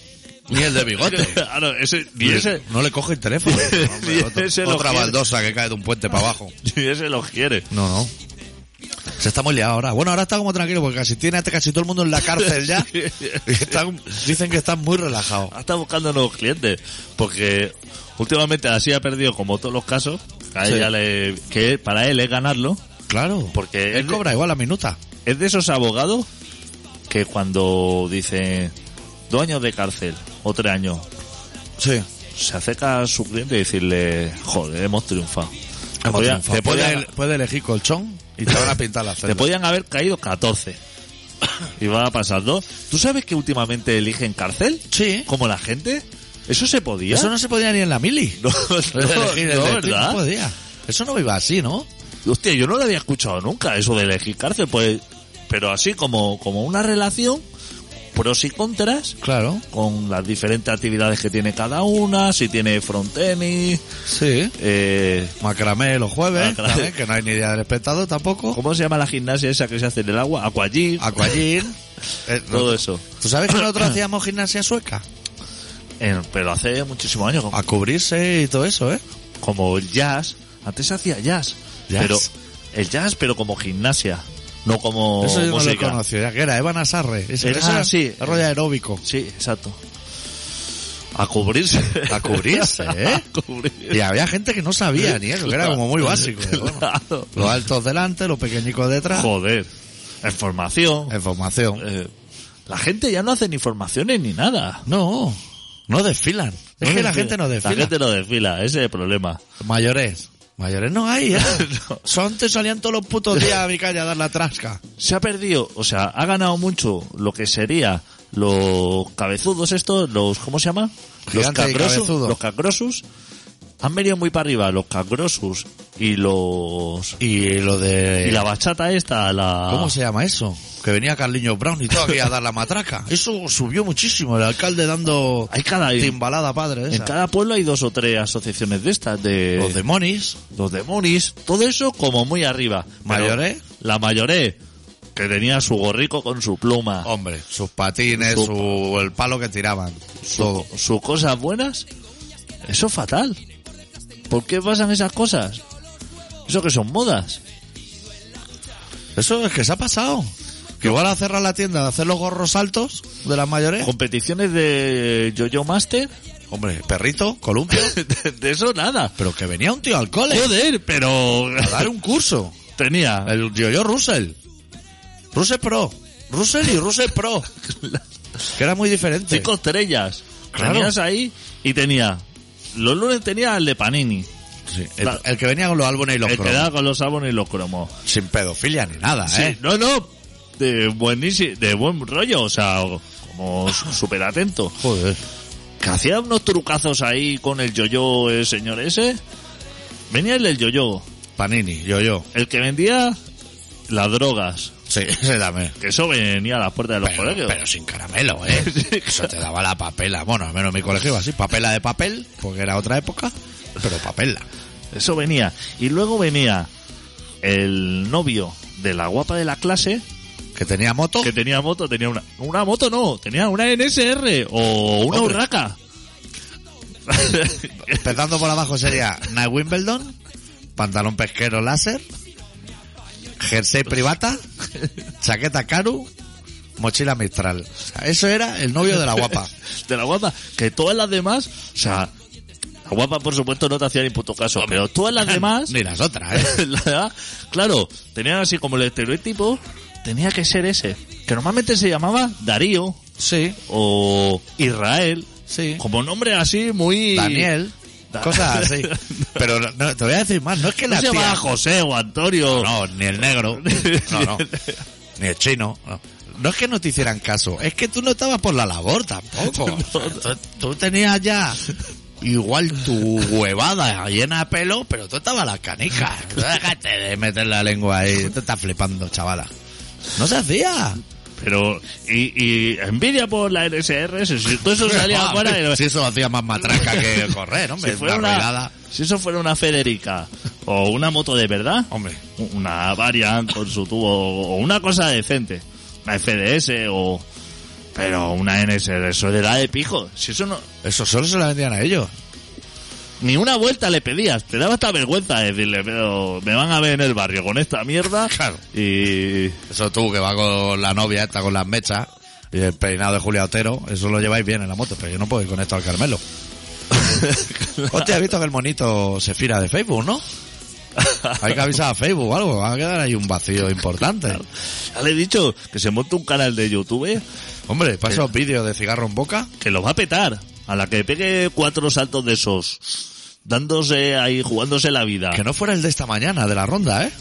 Speaker 1: Ni el del bigote. *laughs*
Speaker 2: *laughs* Claro, ese, ni ese,
Speaker 1: Pues No le coge el
Speaker 2: *laughs*
Speaker 1: teléfono. Hombre,
Speaker 2: Ni
Speaker 1: otro-
Speaker 2: ese lo
Speaker 1: otra
Speaker 2: quiere.
Speaker 1: baldosa que cae de un puente para abajo.
Speaker 2: ni ese los quiere.
Speaker 1: No, no. Se está muy liado ahora. Bueno, ahora está como tranquilo porque casi tiene hasta casi todo el mundo en la cárcel
Speaker 2: *laughs*
Speaker 1: ya. Y están- dicen que están muy relajados.
Speaker 2: Ahora está buscando nuevos clientes. Porque últimamente así ha perdido como todos los casos. A
Speaker 1: Sí.
Speaker 2: ella le, que para él es ganarlo.
Speaker 1: Claro.
Speaker 2: Porque
Speaker 1: él
Speaker 2: él-
Speaker 1: cobra igual la minuta.
Speaker 2: Es de esos abogados que cuando dicen dos años de cárcel o tres años,
Speaker 1: Sí.
Speaker 2: se acerca a su cliente y decirle, joder, hemos triunfado. Te podía-
Speaker 1: Te
Speaker 2: te podía-
Speaker 1: puede, puede elegir colchón y te van a pintar la
Speaker 2: Te
Speaker 1: celda.
Speaker 2: podían haber caído 14. *coughs* Y va a pasar dos. ¿Tú sabes que últimamente eligen cárcel?
Speaker 1: Sí.
Speaker 2: ¿Como la gente? ¿Eso se podía?
Speaker 1: Eso
Speaker 2: *laughs*
Speaker 1: no se podía ni en la mili.
Speaker 2: No,
Speaker 1: *laughs*
Speaker 2: no,
Speaker 1: Elegir el
Speaker 2: no,
Speaker 1: destino,
Speaker 2: ¿verdad?
Speaker 1: no podía. Eso no iba así, ¿no?
Speaker 2: Hostia, yo no lo había escuchado nunca, eso de elegir cárcel, pues, pero así como, como una relación, pros y contras,
Speaker 1: Claro.
Speaker 2: con las diferentes actividades que tiene cada una, si tiene frontenis,
Speaker 1: Sí.
Speaker 2: eh,
Speaker 1: Macramé los jueves,
Speaker 2: Macramé.
Speaker 1: también, que no hay ni idea del espectador tampoco.
Speaker 2: ¿cómo se llama la gimnasia esa que se hace en el agua? Aquagym,
Speaker 1: Aquagym. *laughs* Eh, no.
Speaker 2: todo eso.
Speaker 1: ¿Tú sabes que nosotros hacíamos gimnasia sueca?
Speaker 2: En- pero hace muchísimos años, como,
Speaker 1: A cubrirse y todo eso, ¿eh?
Speaker 2: como el jazz, antes se hacía jazz,
Speaker 1: Jazz.
Speaker 2: pero el jazz pero como gimnasia, no como
Speaker 1: Eso yo no
Speaker 2: música.
Speaker 1: lo conocía, ya que era Evan Asarre. Ese,
Speaker 2: Era-
Speaker 1: ese era
Speaker 2: sí.
Speaker 1: el rollo
Speaker 2: *laughs*
Speaker 1: aeróbico.
Speaker 2: sí, exacto. A cubrirse.
Speaker 1: A cubrirse, ¿eh?
Speaker 2: *laughs* A cubrirse.
Speaker 1: Y había gente que no sabía ni eso, que era como muy básico. pero bueno.
Speaker 2: *laughs* Claro.
Speaker 1: Los altos delante, los pequeñicos detrás.
Speaker 2: Joder. Información.
Speaker 1: Información.
Speaker 2: Eh, la gente ya no hace ni formaciones ni nada.
Speaker 1: No, no desfilan. Es que la gente no
Speaker 2: La
Speaker 1: desfila.
Speaker 2: gente no desfila, ese es el problema.
Speaker 1: Mayores. Mayores no hay,
Speaker 2: *laughs*
Speaker 1: ¿eh? Son te salían todos los putos días a mi calle a dar la trasca.
Speaker 2: Se ha perdido, o sea, ha ganado mucho lo que sería los cabezudos estos, los, ¿cómo se llama? Los
Speaker 1: Gigante y
Speaker 2: cacrosus,
Speaker 1: cabezudo.
Speaker 2: los cacrosus. Han venido muy para arriba los cacrosus y los...
Speaker 1: Y lo de...
Speaker 2: Y la bachata esta, la...
Speaker 1: Eh. ¿Cómo se llama eso? Que venía Carliño Brown y todo aquí a dar la
Speaker 2: *laughs*
Speaker 1: matraca. Eso subió muchísimo, el alcalde dando
Speaker 2: Hay cada...
Speaker 1: timbalada padre.
Speaker 2: En
Speaker 1: esa.
Speaker 2: cada pueblo hay dos o tres asociaciones de estas, de...
Speaker 1: Los demonios.
Speaker 2: los demonios, todo eso como muy arriba. Pero
Speaker 1: ¿Mayoré?
Speaker 2: La mayoré, que tenía su gorrico con su pluma,
Speaker 1: Hombre, sus patines,
Speaker 2: Su-
Speaker 1: su- el palo que tiraban.
Speaker 2: su-
Speaker 1: todo.
Speaker 2: sus cosas buenas, eso es fatal. ¿Por qué pasan esas cosas? Eso que son modas.
Speaker 1: Eso es que se ha pasado. Que igual a cerrar la tienda de hacer los gorros altos de las mayores.
Speaker 2: Competiciones de
Speaker 1: *laughs*
Speaker 2: yo-yo master,
Speaker 1: Hombre, perrito,
Speaker 2: *laughs*
Speaker 1: columpio.
Speaker 2: de, de eso nada.
Speaker 1: Pero que venía un tío al cole
Speaker 2: Joder, pero
Speaker 1: a dar un curso.
Speaker 2: tenía
Speaker 1: El yo-yo Russell. Russell Pro. Russell y Russell
Speaker 2: *laughs*
Speaker 1: Pro. Que era muy diferente.
Speaker 2: cinco estrellas.
Speaker 1: Claro.
Speaker 2: Tenías ahí y tenía. Los lunes tenía el de Panini,
Speaker 1: Sí, el, el que venía con los álbumes y los
Speaker 2: el que
Speaker 1: cromos.
Speaker 2: daba con los sabones y los cromos.
Speaker 1: Sin pedofilia ni nada,
Speaker 2: Sí,
Speaker 1: ¿eh?
Speaker 2: no, no. De, buenísimo, de buen rollo, o sea, o-
Speaker 1: *laughs*
Speaker 2: como s- súper atento.
Speaker 1: Joder.
Speaker 2: Que hacía unos trucazos ahí con el yo-yo, el señor ese. Venía el del yo-yo,
Speaker 1: Panini, yo-yo.
Speaker 2: el que vendía las drogas,
Speaker 1: Sí, *laughs* ese dame.
Speaker 2: que eso venía a las puertas de los
Speaker 1: Pero,
Speaker 2: colegios.
Speaker 1: pero sin caramelo, ¿eh?
Speaker 2: *laughs* Sí,
Speaker 1: Eso te daba la papela. Bueno, al menos en mi colegio iba así. Papela de papel, porque era otra época, pero papela.
Speaker 2: Eso venía. Y luego venía el novio de la guapa de la clase,
Speaker 1: Que tenía moto.
Speaker 2: que tenía moto, tenía una... Una moto no, tenía una NSR o una
Speaker 1: Hombre.
Speaker 2: urraca. *laughs*
Speaker 1: Empezando por abajo sería Night Wimbledon, pantalón pesquero láser, jersey privata, chaqueta caru, mochila mistral. O sea, eso era el novio de la
Speaker 2: *laughs*
Speaker 1: guapa.
Speaker 2: de la guapa, que todas las demás, o sea, la guapa por supuesto no te hacía ni puto caso, pero todas
Speaker 1: *laughs*
Speaker 2: las demás, *laughs*
Speaker 1: Ni las otras, ¿eh?
Speaker 2: la verdad, claro, tenían así como el estereotipo, tenía que ser ese, que normalmente se llamaba Darío
Speaker 1: Sí,
Speaker 2: o Israel,
Speaker 1: sí.
Speaker 2: como nombre así muy...
Speaker 1: Daniel,
Speaker 2: Da-
Speaker 1: cosas
Speaker 2: *laughs*
Speaker 1: así. Pero no, te voy a decir más, no es que
Speaker 2: No
Speaker 1: la
Speaker 2: se llamaba
Speaker 1: tía...
Speaker 2: José o Antonio.
Speaker 1: No, ni el negro. No, no. Ni el chino. No. No es que no te
Speaker 2: *laughs*
Speaker 1: hicieran caso, es que tú no estabas por la labor tampoco. O sea, tú, tú tenías ya Igual tu huevada llena de pelo, pero tú estabas a las canicas.
Speaker 2: *laughs*
Speaker 1: Déjate de meter la lengua ahí. Te estás flipando, chavala. No se hacía.
Speaker 2: *laughs* Pero, y, y envidia por la NSR, si, si todo
Speaker 1: *laughs*
Speaker 2: eso salía
Speaker 1: Ah,
Speaker 2: fuera... y-
Speaker 1: Si eso hacía más matraca
Speaker 2: *laughs*
Speaker 1: que correr,
Speaker 2: si,
Speaker 1: hombre.
Speaker 2: fuera
Speaker 1: una
Speaker 2: una,
Speaker 1: regada.
Speaker 2: si eso fuera una Federica o una moto de verdad,
Speaker 1: Hombre.
Speaker 2: una Variant con su tubo o una cosa decente, una FDS o... Pero una NSR, eso era de pijo. Si eso no...
Speaker 1: Eso solo se la vendían a ellos.
Speaker 2: Ni una vuelta le pedías, te daba hasta vergüenza decirle, pero me van a ver en el barrio con esta mierda.
Speaker 1: Claro.
Speaker 2: Y
Speaker 1: Eso tú que va con la novia esta, con las mechas y el peinado de Julia Otero, eso lo lleváis bien en la moto, pero yo no puedo ir con esto al
Speaker 2: *laughs*
Speaker 1: Carmelo. Hostia, has visto que el monito se fira de Facebook, ¿no? Hay que avisar a Facebook o algo, va a quedar ahí un vacío importante.
Speaker 2: ya le he dicho que se monte un canal de YouTube
Speaker 1: Hombre, para esos vídeos de cigarro en boca,
Speaker 2: que lo va a petar. A la que pegue cuatro saltos de esos, dándose ahí, jugándose la vida.
Speaker 1: que no fuera el de esta mañana, de la ronda, ¿eh?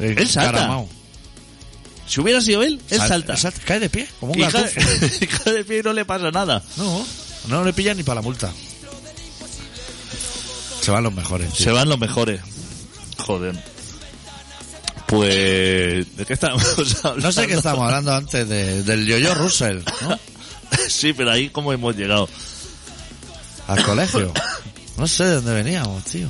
Speaker 1: El
Speaker 2: Él salta.
Speaker 1: Caramao.
Speaker 2: Si hubiera sido él, él
Speaker 1: Sal-
Speaker 2: salta.
Speaker 1: Cae de pie, como un
Speaker 2: Hija,
Speaker 1: gato.
Speaker 2: *laughs* hija de pie y no le pasa nada.
Speaker 1: No, no le pillan ni para la multa. Se van los mejores, tío.
Speaker 2: Se van los mejores. Joder. Pues... ¿De qué estamos *laughs* hablando?
Speaker 1: No sé qué estábamos hablando antes de- del yo-yo Russell, ¿no?
Speaker 2: Sí, pero ahí como
Speaker 1: *laughs*
Speaker 2: hemos llegado.
Speaker 1: Al colegio. No sé de dónde veníamos,
Speaker 2: *laughs*
Speaker 1: tío.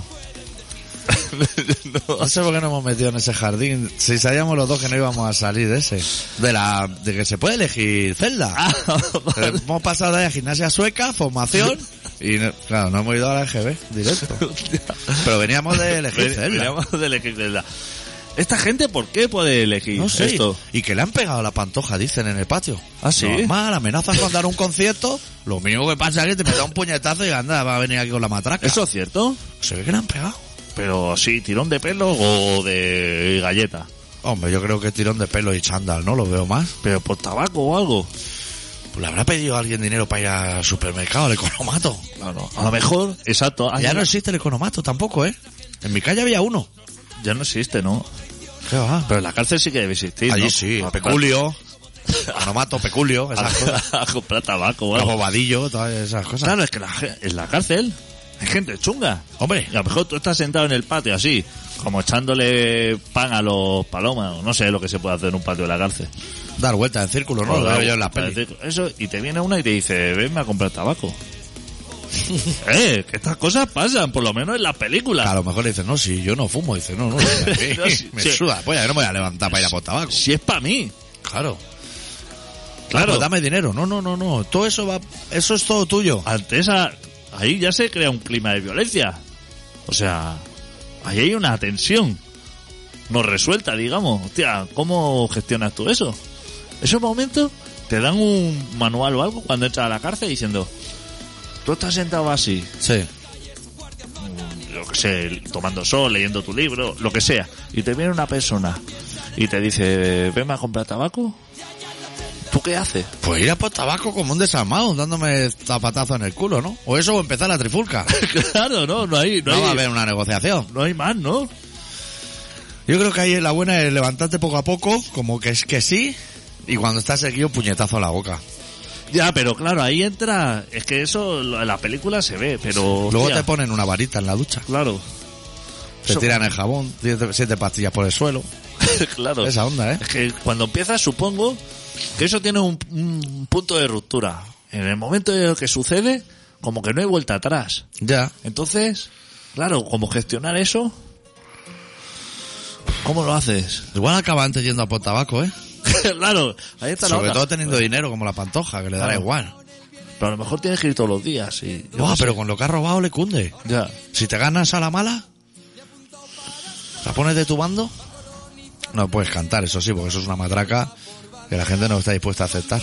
Speaker 1: No sé por qué nos hemos metido en ese jardín. Si sabíamos los dos que no íbamos a salir de ese. De la de que se puede elegir celda.
Speaker 2: Ah,
Speaker 1: Hemos pasado de ahí a gimnasia sueca,
Speaker 2: *laughs*
Speaker 1: formación. Y no- claro, no hemos ido a la EGB directo. Pero veníamos de elegir
Speaker 2: Ven-
Speaker 1: celda.
Speaker 2: veníamos de elegir celda. ¿Esta gente por qué puede elegir
Speaker 1: No sé.
Speaker 2: esto?
Speaker 1: Y que le han pegado la pantoja, dicen en el patio.
Speaker 2: Ah, ¿sí?
Speaker 1: Normal, amenazas con dar un concierto. Lo mismo que pasa es que te meten un puñetazo y anda, va a venir aquí con la matraca.
Speaker 2: ¿Eso es cierto?
Speaker 1: Se ve que le han pegado.
Speaker 2: Pero sí, tirón de pelo o de galleta.
Speaker 1: Hombre, yo creo que tirón de pelo y chándal, ¿no? Lo veo más.
Speaker 2: Pero por tabaco o algo.
Speaker 1: Pues le habrá pedido a alguien dinero para ir al supermercado, al economato.
Speaker 2: Claro. A lo mejor, exacto. Ah,
Speaker 1: Ya no existe el economato tampoco, ¿eh? En mi calle había uno.
Speaker 2: ya no existe, ¿no?
Speaker 1: ¿Qué va?
Speaker 2: Pero en la cárcel sí que debe existir.
Speaker 1: Allí
Speaker 2: ¿no?
Speaker 1: sí,
Speaker 2: A comprar-
Speaker 1: peculio, economato, peculio,
Speaker 2: *laughs* A,
Speaker 1: esas cosas.
Speaker 2: a comprar tabaco o
Speaker 1: Los
Speaker 2: algo.
Speaker 1: bobadillos, todas esas cosas.
Speaker 2: Claro, es que la ge- en la cárcel hay gente chunga.
Speaker 1: Hombre,
Speaker 2: Y a lo mejor tú estás sentado en el patio así, como echándole pan a los palomas, o no sé lo que se puede hacer en un patio de la cárcel.
Speaker 1: dar vueltas en círculo, ¿no? Lo veo yo en las
Speaker 2: Para
Speaker 1: pelis.
Speaker 2: decir Eso, y te viene una y te dice, venme a comprar tabaco. *laughs* eh, que estas cosas pasan, por lo menos en las películas.
Speaker 1: A lo mejor le dicen, no, si yo no fumo. Dice, no, no,
Speaker 2: *laughs*
Speaker 1: sí,
Speaker 2: No, sí,
Speaker 1: me
Speaker 2: sí.
Speaker 1: suda. Pues yo no me voy a levantar para ir a por tabaco.
Speaker 2: Si es para mí,
Speaker 1: Claro.
Speaker 2: claro.
Speaker 1: Pues dame dinero. No, no, no, no. Todo eso va, eso es todo tuyo.
Speaker 2: Ante esa, ahí ya se crea un clima de violencia. O sea, ahí hay una tensión no resuelta, digamos. Hostia, ¿cómo gestionas tú eso? Esos momentos te dan un manual o algo cuando entras a la cárcel diciendo, tú estás sentado así, mm,
Speaker 1: Sí.
Speaker 2: lo que sé, tomando sol, leyendo tu libro, lo que sea, y te viene una persona y te dice, venme a comprar tabaco, ¿tú qué haces? *laughs*
Speaker 1: Pues ir a por tabaco como un desarmado, dándome zapatazo en el culo, ¿no? O eso o empezar la trifulca.
Speaker 2: claro, no, no hay, *laughs* no,
Speaker 1: No va a
Speaker 2: hay,
Speaker 1: haber una negociación.
Speaker 2: no hay más, ¿no?
Speaker 1: Yo creo que ahí la buena es levantarte poco a poco, como que es que sí, y cuando estás seguido, puñetazo a la boca.
Speaker 2: Ya, pero claro, ahí entra, es que eso lo- en la película se ve, pero...
Speaker 1: Luego
Speaker 2: hostia,
Speaker 1: te ponen una varita en la ducha,
Speaker 2: Claro, *laughs*
Speaker 1: te
Speaker 2: Eso-
Speaker 1: tiran el jabón, siete, siete pastillas por el suelo.
Speaker 2: claro.
Speaker 1: Esa onda, ¿eh?
Speaker 2: Es que cuando empiezas, supongo que eso tiene un, un punto de ruptura. En el momento en el que sucede, como que no hay vuelta atrás.
Speaker 1: Ya.
Speaker 2: Entonces, claro, como gestionar eso, ¿cómo lo haces? *laughs*
Speaker 1: Igual acaba antes yendo a por tabaco, ¿eh?
Speaker 2: claro, ahí está la
Speaker 1: Sobre
Speaker 2: otra.
Speaker 1: todo teniendo dinero como la pantoja, que le dará
Speaker 2: Claro.
Speaker 1: igual.
Speaker 2: Pero a lo mejor tienes que ir todos los días y... yo
Speaker 1: Buah,
Speaker 2: qué sé.
Speaker 1: pero con lo que has robado le cunde.
Speaker 2: Ya.
Speaker 1: Si te ganas a la mala, la pones de tu bando. No puedes cantar, eso sí, porque eso es una matraca que la gente no está dispuesta a aceptar.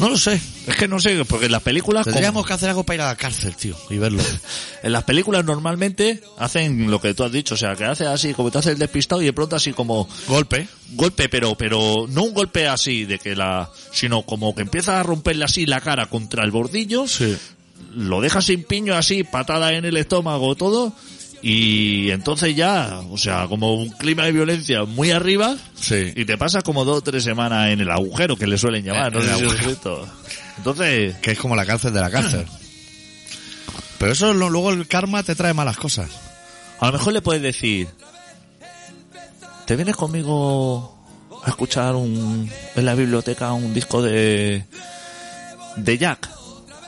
Speaker 1: No lo sé.
Speaker 2: Es que no sé, porque en las películas... como-
Speaker 1: Tendríamos que hacer algo para ir a la cárcel, tío, y verlo.
Speaker 2: En las películas normalmente hacen lo que tú has dicho, o sea, que haces así, como te haces el despistado y de pronto así como
Speaker 1: Golpe.
Speaker 2: golpe, pero pero no un golpe así de que la, sino como que empiezas a romperle así la cara contra el bordillo, lo dejas sin piño así, patada en el estómago, todo, y entonces ya, o sea, como un clima de violencia muy arriba
Speaker 1: Sí.
Speaker 2: y te pasas como dos o tres semanas en el agujero que le suelen llamar,
Speaker 1: En
Speaker 2: no
Speaker 1: el
Speaker 2: sé si lo has
Speaker 1: agujero.
Speaker 2: visto. Entonces,
Speaker 1: Que es como la cárcel de la cárcel. Pero eso lo- luego el karma te trae malas cosas.
Speaker 2: A lo mejor le puedes decir, ¿te vienes conmigo a escuchar un, en la biblioteca un disco de, de Jack?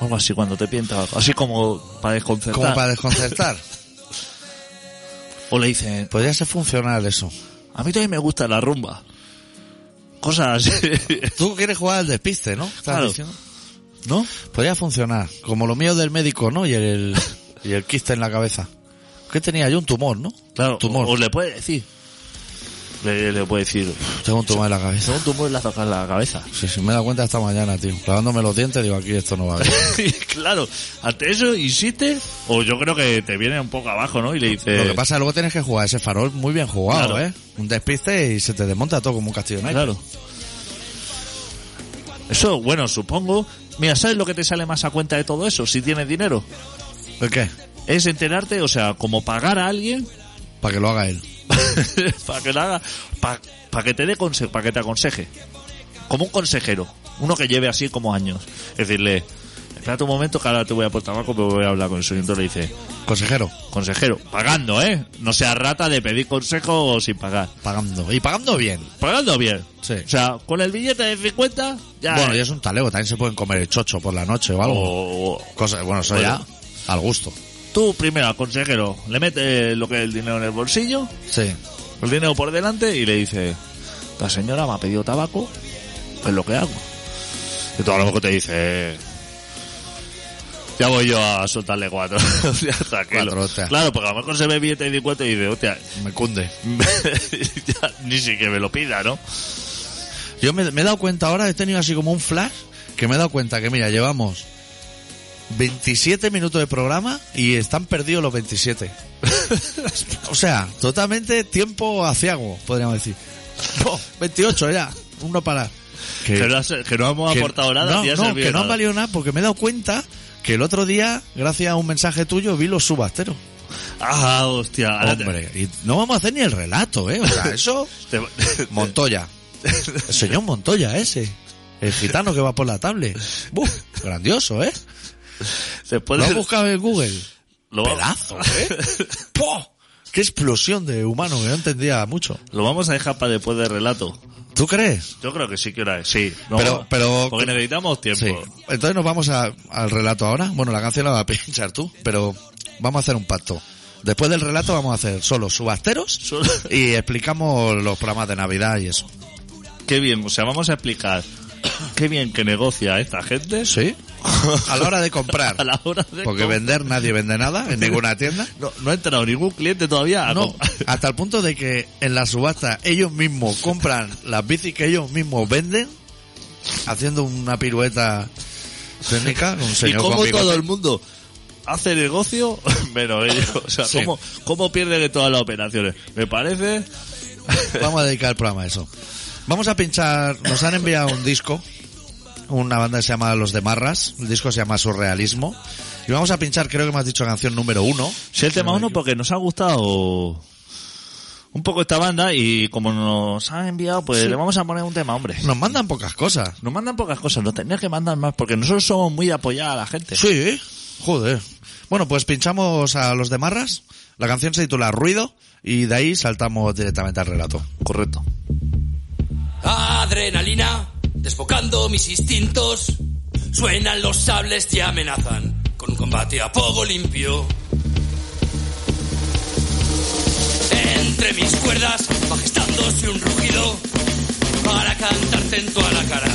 Speaker 2: O algo así cuando te pientas, así como para desconcertar.
Speaker 1: Como para desconcertar.
Speaker 2: O le dicen,
Speaker 1: Podría ser funcional eso.
Speaker 2: a mí también me gusta la rumba. Cosas así. *laughs*
Speaker 1: Tú quieres jugar al despiste, ¿no? ¿Estás
Speaker 2: Claro.
Speaker 1: diciendo?
Speaker 2: ¿No?
Speaker 1: Podría funcionar. Como lo mío del médico, ¿no? Y
Speaker 2: *laughs*
Speaker 1: el, y el quiste en la cabeza. ¿Qué tenía yo? Un tumor, ¿no?
Speaker 2: Claro,
Speaker 1: Tumor.
Speaker 2: o, o le puedes decir. Le, le puedes decir,
Speaker 1: Tengo un tumor en la cabeza.
Speaker 2: tengo un tumor en la, en la cabeza. *laughs*
Speaker 1: Sí, sí, me he dado cuenta esta mañana, tío. Lavándome los dientes, digo, aquí esto no va bien.
Speaker 2: *laughs* Y claro, ante eso insiste, o yo creo que te viene un poco abajo, ¿no? Y le dices...
Speaker 1: Lo que pasa es que luego tienes que jugar ese farol muy bien jugado,
Speaker 2: Eh, Claro.
Speaker 1: ¿eh? Un despiste y se te desmonta todo como un castillo de naipes.
Speaker 2: Claro. Eso, bueno, supongo. Mira, ¿sabes lo que te sale más a cuenta de todo eso? Si tienes dinero.
Speaker 1: ¿Por qué?
Speaker 2: Es enterarte, o sea, como pagar a alguien *laughs*
Speaker 1: Para que lo haga él.
Speaker 2: para que lo haga, para que te dé consejo, para que te aconseje. Como un consejero, uno que lleve así como años. Es decirle, espérate un momento que ahora te voy a por tabaco, pero voy a hablar con eso. Y entonces le dice,
Speaker 1: Consejero,
Speaker 2: consejero, pagando, ¿eh? No seas rata de pedir consejo sin pagar.
Speaker 1: pagando. Y pagando bien.
Speaker 2: Pagando bien.
Speaker 1: Sí.
Speaker 2: O sea, con el billete de 50, ya. eh.
Speaker 1: Bueno, y es un talego. También se pueden comer el chocho por la noche o algo.
Speaker 2: O- o-
Speaker 1: Cosa- bueno, eso
Speaker 2: Bueno.
Speaker 1: ya al gusto.
Speaker 2: Tú primero, consejero, le mete lo que es el dinero en el bolsillo,
Speaker 1: Sí.
Speaker 2: el dinero por delante y le dice, la señora me ha pedido tabaco, es lo que hago. Y tú a lo mejor te dice, ya voy yo a soltarle cuatro. *laughs* Ya, tranquilo.
Speaker 1: Cuatro, hostia.
Speaker 2: claro, porque a lo mejor se ve billete de 50 y dice, hostia, *laughs*
Speaker 1: Me cunde.
Speaker 2: ya ni siquiera me lo pida, ¿no?
Speaker 1: Yo me, me he dado cuenta ahora, he tenido así como un flash, que me he dado cuenta que, mira, llevamos 27 minutos de programa y están perdidos los 27. *laughs* o sea, totalmente tiempo aciago, podríamos decir. No, 28 ya, uno para.
Speaker 2: Que, no, has- que no hemos
Speaker 1: que-
Speaker 2: aportado nada.
Speaker 1: no,
Speaker 2: ni ha
Speaker 1: no,
Speaker 2: servido
Speaker 1: que no han
Speaker 2: nada.
Speaker 1: valido nada porque me he dado cuenta que el otro día, gracias a un mensaje tuyo, vi los subasteros.
Speaker 2: Ah, hostia. ahora te-
Speaker 1: Hombre, y no vamos a hacer ni el relato, ¿eh? O sea, eso...
Speaker 2: te- *laughs*
Speaker 1: Montoya. El señor Montoya ese. El gitano que va por la tablet. Buf, grandioso, ¿eh?
Speaker 2: se
Speaker 1: Lo
Speaker 2: puede... *laughs*
Speaker 1: has buscado en Google.
Speaker 2: lo-
Speaker 1: Pedazo, ¿eh? ¡Po! ¡Qué explosión de humano! Que no entendía mucho.
Speaker 2: *laughs* Lo vamos a dejar para después del relato.
Speaker 1: ¿Tú crees?
Speaker 2: Yo creo que sí que ahora es, sí. No,
Speaker 1: Pero- pero-
Speaker 2: Porque necesitamos tiempo.
Speaker 1: Sí. Entonces nos vamos a- al relato ahora. Bueno, la canción la va a *laughs* pinchar tú, pero vamos a hacer un pacto. Después del relato vamos a hacer solo subasteros
Speaker 2: Solo-
Speaker 1: y explicamos los programas de Navidad y eso.
Speaker 2: *laughs* Qué bien, o sea, vamos a explicar *coughs* qué bien que negocia esta gente
Speaker 1: ¿Sí? A la hora de comprar.
Speaker 2: *laughs* a la hora de...
Speaker 1: Porque
Speaker 2: com-
Speaker 1: vender nadie vende nada en ninguna tienda.
Speaker 2: no, no ha entrado ningún cliente todavía. a
Speaker 1: No,
Speaker 2: comprar.
Speaker 1: hasta el punto de que en la subasta ellos mismos compran las bicis que ellos mismos venden, haciendo una pirueta técnica, un
Speaker 2: *laughs* Y
Speaker 1: señor
Speaker 2: cómo
Speaker 1: con bigote.
Speaker 2: todo el mundo hace negocio, *laughs* menos ellos. O sea,
Speaker 1: Sí.
Speaker 2: ¿cómo, cómo pierden en todas las operaciones. Me parece...
Speaker 1: *laughs* Vamos a dedicar el programa a eso. Vamos a pinchar, nos han enviado un disco, una banda que se llama Los de Marras, el disco se llama Surrealismo, y vamos a pinchar, creo que me has dicho canción número uno.
Speaker 2: Si el tema uno porque nos ha gustado un poco esta banda y como nos han enviado, pues le vamos a poner un tema, hombre.
Speaker 1: Nos mandan pocas cosas.
Speaker 2: Nos mandan pocas cosas, nos tendrías que mandar más, porque nosotros somos muy de apoyar a la gente.
Speaker 1: Sí, joder. Bueno, pues pinchamos a Los de Marras, la canción se titula Ruido, y de ahí saltamos directamente al relato.
Speaker 2: Correcto.
Speaker 3: Adrenalina, desbocando mis instintos. Suenan los sables y amenazan con un combate a fuego limpio. Entre mis cuerdas va gestándose un rugido para cantarte en toda la cara.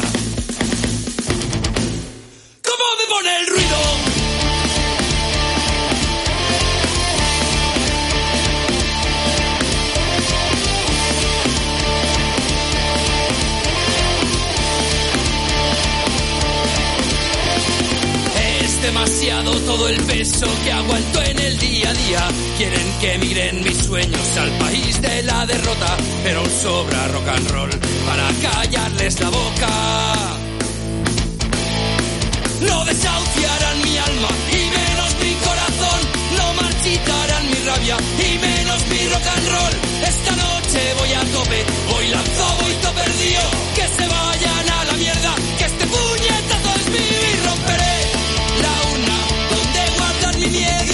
Speaker 3: ¿Cómo me pone el ruido? Es demasiado todo el peso que aguanto en el día a día. Quieren que emigren mis sueños al país de la derrota, pero aún sobra rock and roll para callarles la boca. No desahuciarán mi alma y menos mi corazón. No marchitarán mi rabia y menos mi rock and roll. Esta noche voy a tope, voy lanzo, voy to perdido. Que se vayan a la mierda, que este puñetazo es mío y romperé la urna donde guardan mi miedo.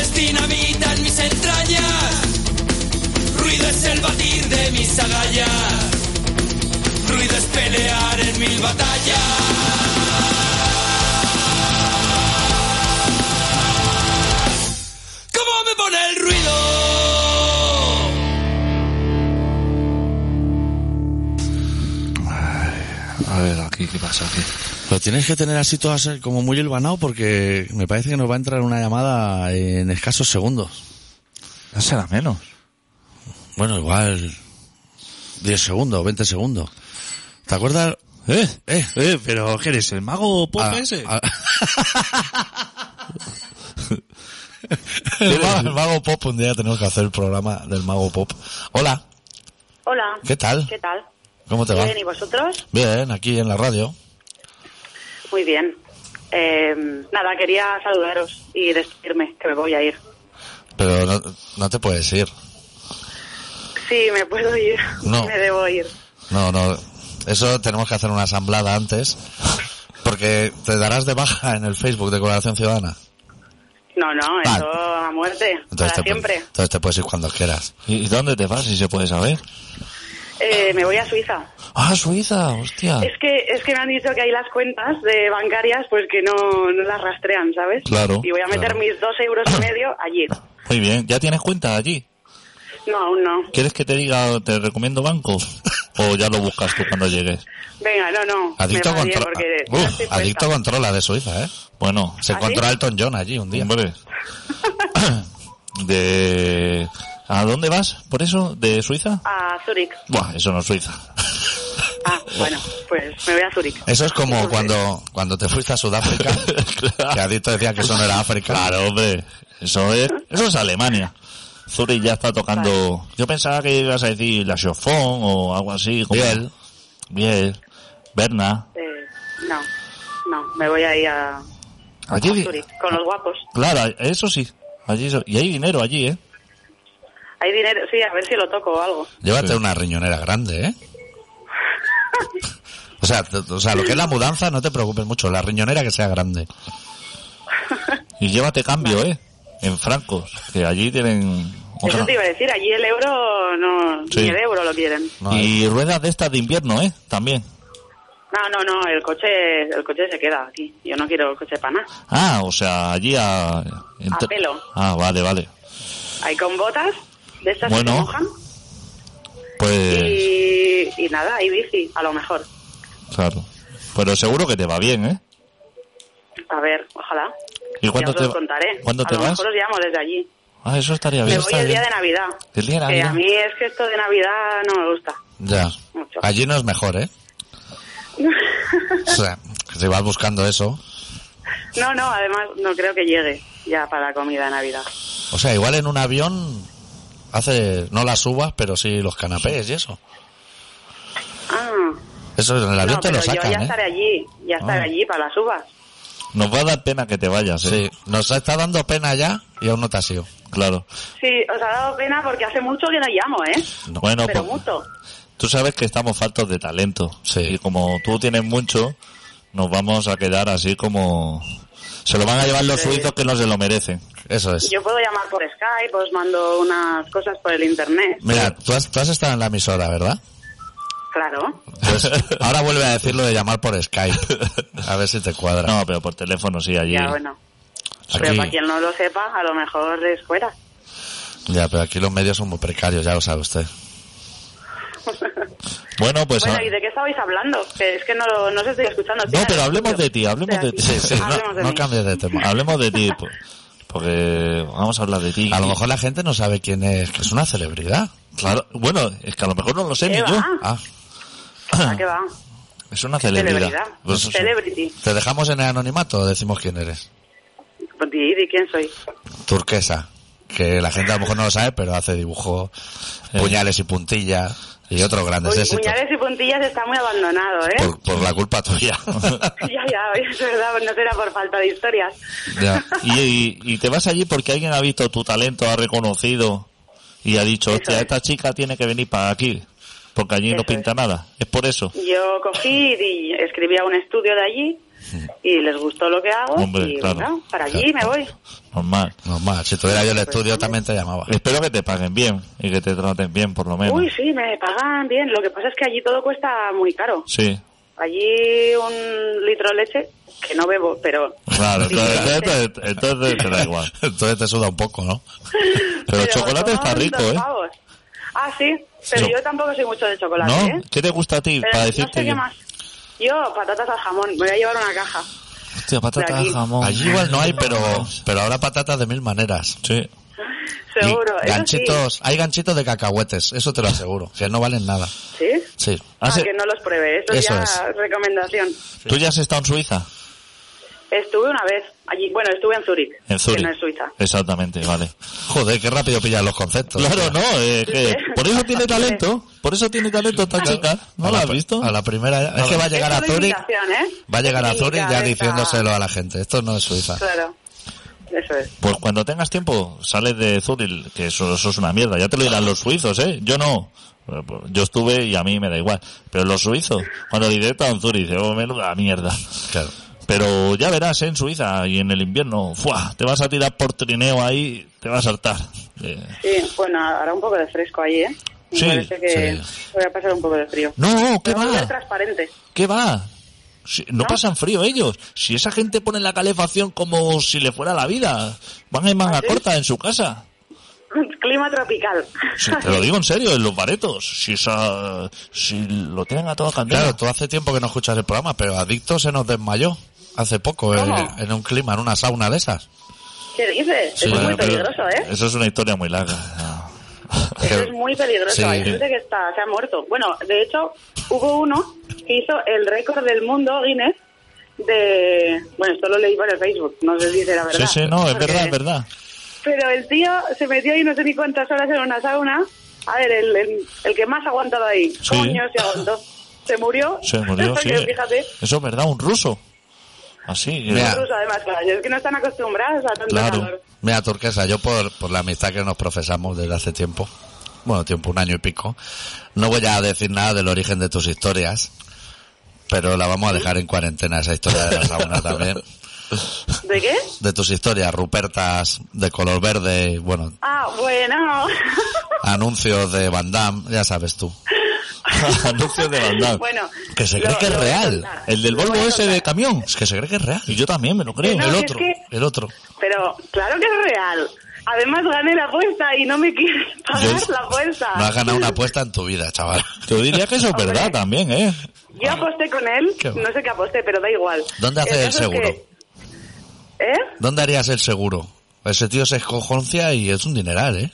Speaker 3: es dinamita en mis entrañas. Ruido es el batir de mis agallas. Ruido es pelear en mil batallas. ¿Cómo me pone el ruido?
Speaker 4: A ver, aquí, ¿qué pasa aquí?
Speaker 1: Lo tienes que tener así todo así como muy hilvanado porque me parece que nos va a entrar una llamada en escasos segundos.
Speaker 4: No será menos.
Speaker 1: Bueno, igual 10 segundos, 20 segundos. ¿Te acuerdas? ¿Eh? ¿Eh?
Speaker 4: Eh, pero ¿qué eres? ¿El mago pop
Speaker 1: Ah,
Speaker 4: ese?
Speaker 1: *laughs* ah. el, mago, el mago pop, un día tenemos que hacer el programa del mago pop. Hola,
Speaker 5: Hola.
Speaker 1: ¿Qué tal?
Speaker 5: ¿Qué tal?
Speaker 1: ¿cómo te va?
Speaker 5: Bien, ¿y vosotros?
Speaker 1: Bien, aquí en la radio.
Speaker 5: Muy bien. Eh, nada, quería saludaros y decirme que me voy a ir.
Speaker 1: Pero no, no te puedes ir.
Speaker 5: Sí, me puedo ir.
Speaker 1: No.
Speaker 5: *laughs* Me debo ir.
Speaker 1: No, no. Eso tenemos que hacer una asamblada antes. Porque te darás de baja en el Facebook de Colaboración Ciudadana.
Speaker 5: No, no,
Speaker 1: Vale.
Speaker 5: eso a muerte, para
Speaker 1: te,
Speaker 5: siempre.
Speaker 1: puedes- entonces te puedes ir cuando quieras.
Speaker 4: ¿Y dónde te vas si se puede saber?
Speaker 5: Eh, me voy a Suiza.
Speaker 4: Ah, Suiza, hostia.
Speaker 1: Ah.
Speaker 5: Es que es que me han dicho que hay las cuentas de bancarias, pues que no, no las rastrean, ¿sabes?
Speaker 4: Claro,
Speaker 5: Y voy a meter
Speaker 4: claro.
Speaker 5: mis dos euros y medio
Speaker 1: *coughs*
Speaker 5: allí.
Speaker 4: Muy bien, ¿ya tienes cuenta allí?
Speaker 5: No, aún no.
Speaker 4: ¿Quieres que te diga, te recomiendo
Speaker 1: *laughs*
Speaker 4: bancos? ¿O ya lo buscas tú cuando llegues?
Speaker 5: Venga, no, no.
Speaker 1: Adicto,
Speaker 5: me rayé
Speaker 1: contro-
Speaker 5: porque
Speaker 1: Uf,
Speaker 5: no estoy
Speaker 1: adicto
Speaker 5: puesta.
Speaker 1: controla de Suiza, ¿eh?
Speaker 4: Bueno,
Speaker 1: Se
Speaker 5: ¿Ah,
Speaker 1: encontró
Speaker 5: sí?
Speaker 1: a Elton John allí un día.
Speaker 4: hombre. *coughs* De... ¿A dónde vas? ¿Por eso? ¿De Suiza?
Speaker 5: A Zurich.
Speaker 4: Buah, eso no es Suiza.
Speaker 5: Ah, bueno, pues me voy a Zurich.
Speaker 1: Eso es como cuando, cuando te fuiste
Speaker 4: *laughs*
Speaker 1: a Sudáfrica, que Adicto decía que eso no era África.
Speaker 4: Claro, hombre. Eso es, eso es Alemania. Zurich ya está tocando... Yo pensaba que ibas a decir la Chauffon o algo así. como-
Speaker 1: Biel.
Speaker 4: Biel. Berna.
Speaker 5: Eh, no, no, me voy ahí a,
Speaker 4: Allí,
Speaker 5: a Zurich con los guapos.
Speaker 4: Claro, eso sí. Allí, so- y hay dinero allí, ¿eh?
Speaker 5: Hay dinero, sí, a ver si lo toco o algo.
Speaker 1: Llévate una riñonera
Speaker 4: *laughs*
Speaker 1: grande, ¿eh? O sea, t- o sea, lo que es la mudanza, no te preocupes mucho. La riñonera que sea grande.
Speaker 4: Y llévate cambio, ¿eh? En francos, que allí tienen...
Speaker 5: Eso
Speaker 4: otra-
Speaker 5: te iba a decir, allí el euro, no,
Speaker 4: Sí.
Speaker 5: ni el euro lo quieren.
Speaker 1: No
Speaker 4: y ruedas de estas de invierno, ¿eh? También.
Speaker 5: No, no, no, el coche, el coche se queda aquí. Yo no quiero el coche para nada.
Speaker 4: Ah, o sea, allí a... entre-
Speaker 5: A pelo.
Speaker 4: Ah, vale, vale.
Speaker 5: Ahí con botas, de estas que
Speaker 4: Bueno.
Speaker 5: se mojan,
Speaker 4: Pues...
Speaker 5: y, y nada, hay bici, a lo mejor.
Speaker 4: Claro. Pero seguro que te va bien, ¿eh?
Speaker 5: A ver, ojalá.
Speaker 4: ¿Y cuándo
Speaker 5: ya os
Speaker 4: te,
Speaker 5: lo contaré.
Speaker 4: ¿cuándo
Speaker 5: a
Speaker 4: te
Speaker 5: lo
Speaker 4: vas?
Speaker 5: mejor os llamo desde allí.
Speaker 4: Ah, eso estaría
Speaker 5: Me
Speaker 4: bien.
Speaker 5: voy el día de Navidad.
Speaker 4: El día de
Speaker 5: Que
Speaker 4: Navidad.
Speaker 5: a mí es que esto de Navidad no me gusta.
Speaker 1: Ya.
Speaker 5: Mucho.
Speaker 1: Allí no es mejor,
Speaker 5: *laughs*
Speaker 1: ¿eh? O sea, que si vas buscando eso.
Speaker 5: No, no, además no creo que llegue ya para la comida de Navidad.
Speaker 1: O sea, igual en un avión hace, no las uvas, pero sí los canapés y eso.
Speaker 5: Ah,
Speaker 1: Eso en el avión
Speaker 5: no,
Speaker 1: te
Speaker 5: pero
Speaker 1: lo
Speaker 5: yo ya
Speaker 1: sacan,
Speaker 5: estaré
Speaker 1: ¿eh?
Speaker 5: allí, ya estaré
Speaker 1: Ah.
Speaker 5: allí para las uvas.
Speaker 4: Nos va a dar pena que te vayas, ¿eh?
Speaker 1: Sí, nos está dando pena ya y aún no te has ido.
Speaker 4: Claro.
Speaker 5: Sí, os ha dado pena porque hace mucho que no llamo, ¿eh?
Speaker 4: Bueno,
Speaker 5: pero
Speaker 4: pues-
Speaker 5: mucho.
Speaker 4: Tú sabes que estamos faltos de talento.
Speaker 1: Sí.
Speaker 4: Y como tú tienes mucho, nos vamos a quedar así como... Se lo van a llevar los
Speaker 5: Sí.
Speaker 4: suizos que no se lo merecen.
Speaker 1: Eso es.
Speaker 5: Yo puedo llamar por Skype, os mando unas cosas por el internet.
Speaker 1: Mira, tú has, tú has estado en la emisora, ¿verdad?
Speaker 5: Claro.
Speaker 1: Pues ahora vuelve a decir lo de llamar por Skype. A ver si te cuadra.
Speaker 4: No, pero por teléfono sí, allí.
Speaker 5: Ya, bueno. Pero
Speaker 1: Aquí-
Speaker 5: para quien no lo sepa, a lo mejor es fuera.
Speaker 1: ya, pero aquí los medios son muy precarios, ya lo sabe usted.
Speaker 4: Bueno, pues...
Speaker 5: bueno,
Speaker 4: ah,
Speaker 5: ¿y de qué estabais hablando? Que es que no, lo- no os estoy escuchando.
Speaker 4: No, pero hablemos de ti, hablemos de ti.
Speaker 5: Sí,
Speaker 4: Sí, sí,
Speaker 1: no,
Speaker 5: hablemos de
Speaker 1: no
Speaker 5: mí.
Speaker 1: cambies de tema.
Speaker 4: Hablemos de ti, po- porque vamos a hablar de ti.
Speaker 1: A lo mejor la gente no sabe quién es, que es una celebridad.
Speaker 4: Claro, bueno, es que a lo mejor no lo sé ni
Speaker 5: Eva.
Speaker 4: yo.
Speaker 1: Ah,
Speaker 5: ¿A qué va?
Speaker 4: Es una celebridad.
Speaker 5: Celebridad.
Speaker 1: Pues eso sí.
Speaker 5: Celebrity.
Speaker 1: ¿Te dejamos en el anonimato o decimos quién eres?
Speaker 5: Pues Di, di quién soy.
Speaker 1: Turquesa, que la gente a lo mejor no lo sabe, pero hace dibujo, puñales y puntillas y otros grandes
Speaker 5: Uy,
Speaker 1: éxitos.
Speaker 5: puñales y puntillas está muy abandonado, ¿eh?
Speaker 1: Por, por la culpa
Speaker 5: *laughs*
Speaker 1: tuya.
Speaker 5: Ya, ya, es verdad, pues no será por falta de historias.
Speaker 1: Ya.
Speaker 4: Y, y- y te vas allí porque alguien ha visto tu talento, ha reconocido y ha dicho,
Speaker 5: Eso
Speaker 4: hostia,
Speaker 5: es.
Speaker 4: esta chica tiene que venir para aquí, porque allí no
Speaker 5: Eso
Speaker 4: pinta nada. Es por eso.
Speaker 5: Yo cogí y di- escribí a un estudio de allí y les gustó lo que hago
Speaker 2: Hombre,
Speaker 5: y
Speaker 2: claro.
Speaker 5: bueno, para allí me voy.
Speaker 2: Normal.
Speaker 1: Normal, si tuviera yo el estudio también te llamaba.
Speaker 2: Espero que te paguen bien y que te traten bien, por lo menos.
Speaker 5: Uy, sí, me pagan bien. Lo que pasa es que allí todo cuesta muy caro.
Speaker 2: Sí.
Speaker 5: Allí un litro de leche, que no bebo, pero...
Speaker 2: Claro,
Speaker 5: Sí,
Speaker 2: entonces,
Speaker 5: sí.
Speaker 2: entonces- entonces te da igual.
Speaker 1: Entonces te suda un poco, ¿no?
Speaker 2: *laughs*
Speaker 5: *laughs*
Speaker 2: Pero el chocolate
Speaker 5: son
Speaker 2: está rico,
Speaker 5: dos
Speaker 2: ¿eh?
Speaker 5: pavos. Ah, sí, pero
Speaker 2: Sí.
Speaker 5: yo tampoco soy mucho de chocolate,
Speaker 2: ¿No?
Speaker 5: ¿eh?
Speaker 2: ¿Qué te gusta a ti
Speaker 5: Pero
Speaker 2: para
Speaker 5: no
Speaker 2: decirte
Speaker 5: sé qué
Speaker 2: que-
Speaker 5: más. Yo, patatas al jamón, me voy a llevar una caja.
Speaker 2: Hostia, patata
Speaker 5: De aquí.
Speaker 2: jamón.
Speaker 1: Allí igual no hay, pero pero ahora patatas de mil maneras.
Speaker 2: Sí.
Speaker 1: Y
Speaker 5: Seguro, eso
Speaker 1: ganchitos, hay ganchitos de cacahuetes, eso te lo aseguro, que no valen nada.
Speaker 5: sí. ¿Sí?
Speaker 1: Sí.
Speaker 5: Ah,
Speaker 2: Hace-
Speaker 5: que no los pruebe, eso,
Speaker 1: Eso
Speaker 5: ya
Speaker 1: es.
Speaker 5: recomendación.
Speaker 2: ¿Tú ya has estado en Suiza?
Speaker 5: Estuve una vez allí, bueno, estuve en Zúrich,
Speaker 2: En Zurich.
Speaker 5: que no es Suiza.
Speaker 2: Exactamente, vale.
Speaker 1: Joder, qué rápido pillan los conceptos.
Speaker 2: Claro, no, eh,
Speaker 5: *laughs*
Speaker 2: que- por eso tiene
Speaker 5: Sí.
Speaker 2: talento, por eso tiene talento esta chica, ¿no
Speaker 1: A
Speaker 2: la
Speaker 1: la
Speaker 2: has
Speaker 1: pri-
Speaker 2: visto?
Speaker 1: A la primera, ya- es que va a llegar
Speaker 5: Es
Speaker 1: a
Speaker 5: una
Speaker 1: Zurich,
Speaker 5: invitación, ¿eh?
Speaker 1: va a llegar a
Speaker 5: Es una
Speaker 1: Zurich ya
Speaker 5: invitación.
Speaker 1: diciéndoselo a la gente. Esto no es
Speaker 2: Ah.
Speaker 1: Suiza.
Speaker 5: Claro, eso es.
Speaker 2: Pues cuando tengas tiempo, sales de Zurich, que eso, eso es una mierda, ya te lo dirán los suizos, ¿eh? Yo no, pues, yo estuve y a mí me da igual, pero los suizos, cuando directo a Zurich, dice, oh, menuda mierda.
Speaker 1: Claro.
Speaker 2: Pero ya verás, ¿eh? en Suiza y en el invierno, ¡fua! te vas a tirar por trineo ahí, te vas a saltar. Eh,
Speaker 5: Sí, bueno, ahora un poco de fresco ahí, ¿eh? Me
Speaker 2: Sí,
Speaker 5: parece que voy a pasar un poco de frío.
Speaker 2: No, ¿qué
Speaker 5: Pero va a ser
Speaker 2: va?
Speaker 5: transparente. *laughs*
Speaker 2: ¿Qué va? Si- no pasan frío ellos. Si esa gente pone la calefacción como si le fuera la vida, van en manga
Speaker 5: ¿Ah, sí?
Speaker 2: corta en su casa.
Speaker 5: Clima tropical.
Speaker 2: Sí, te lo digo en serio, en los baretos. Si esa, si lo tienen a todo
Speaker 1: Claro,
Speaker 2: candela.
Speaker 1: tú hace tiempo que no escuchas el programa, pero Adicto se nos desmayó hace poco eh,
Speaker 5: ¿Cómo?
Speaker 1: en un clima, en una sauna de esas.
Speaker 5: *laughs* ¿Qué dices?
Speaker 1: Sí,
Speaker 5: es muy
Speaker 1: bueno, pero-
Speaker 5: peligroso, ¿eh?
Speaker 2: Eso es una historia muy larga.
Speaker 5: Eso es muy peligroso.
Speaker 1: Sí.
Speaker 5: Hay gente que está, se ha muerto. Bueno, de hecho, hubo uno que hizo el récord del mundo, Guinness, de... Bueno, esto lo leí por el Facebook, no sé si será verdad.
Speaker 2: Sí, sí, no, es
Speaker 5: Porque-
Speaker 2: verdad, es verdad.
Speaker 5: Pero el tío se metió ahí no sé ni cuántas horas en una sauna. A ver, el, el- el que más ha aguantado ahí.
Speaker 2: Sí.
Speaker 5: Coño, se aguantó. Se murió.
Speaker 2: Se
Speaker 5: *laughs*
Speaker 2: murió, sí.
Speaker 5: Que Fíjate.
Speaker 2: Eso es verdad, un ruso. Así.
Speaker 1: Mira,
Speaker 5: Los rusos, además, claro, es que no están acostumbrados a tanto
Speaker 2: Claro.
Speaker 5: calor.
Speaker 1: Mira, Turquesa, yo por, por la amistad que nos profesamos desde hace tiempo, bueno, tiempo, un año y pico, no voy a decir nada del origen de tus historias, pero la vamos a dejar en cuarentena esa historia de la sauna también.
Speaker 5: ¿De qué?
Speaker 1: De tus historias, Rupertas de color verde, bueno,
Speaker 5: Ah,
Speaker 2: *laughs*
Speaker 5: bueno.
Speaker 1: anuncios de Van Damme, ya sabes tú.
Speaker 2: *laughs* Anuncio de bandada.
Speaker 5: bueno.
Speaker 1: Que se cree
Speaker 5: lo-
Speaker 1: que es
Speaker 5: lo voy a
Speaker 1: real.
Speaker 5: contar.
Speaker 2: El del
Speaker 5: Lo voy a
Speaker 2: Volvo ese de
Speaker 5: contar.
Speaker 2: camión.
Speaker 1: Es que se cree que es real.
Speaker 2: Y yo también me lo creo.
Speaker 5: Que no,
Speaker 2: el
Speaker 5: que
Speaker 2: otro.
Speaker 5: es que-
Speaker 1: El otro.
Speaker 5: Pero claro que es real. Además gané la apuesta y no me quieres pagar
Speaker 2: Yo-
Speaker 5: la apuesta.
Speaker 1: No has ganado una apuesta en tu vida, chaval.
Speaker 2: Yo diría que eso es
Speaker 5: Hombre.
Speaker 2: verdad también, ¿eh?
Speaker 5: Yo aposté con él,
Speaker 1: Qué va.
Speaker 5: no sé qué aposté, pero da igual.
Speaker 1: ¿Dónde haces el
Speaker 5: caso es
Speaker 1: seguro?
Speaker 5: que- ¿Eh?
Speaker 1: ¿Dónde harías el seguro? Ese tío se escojoncia y es un dineral, ¿eh?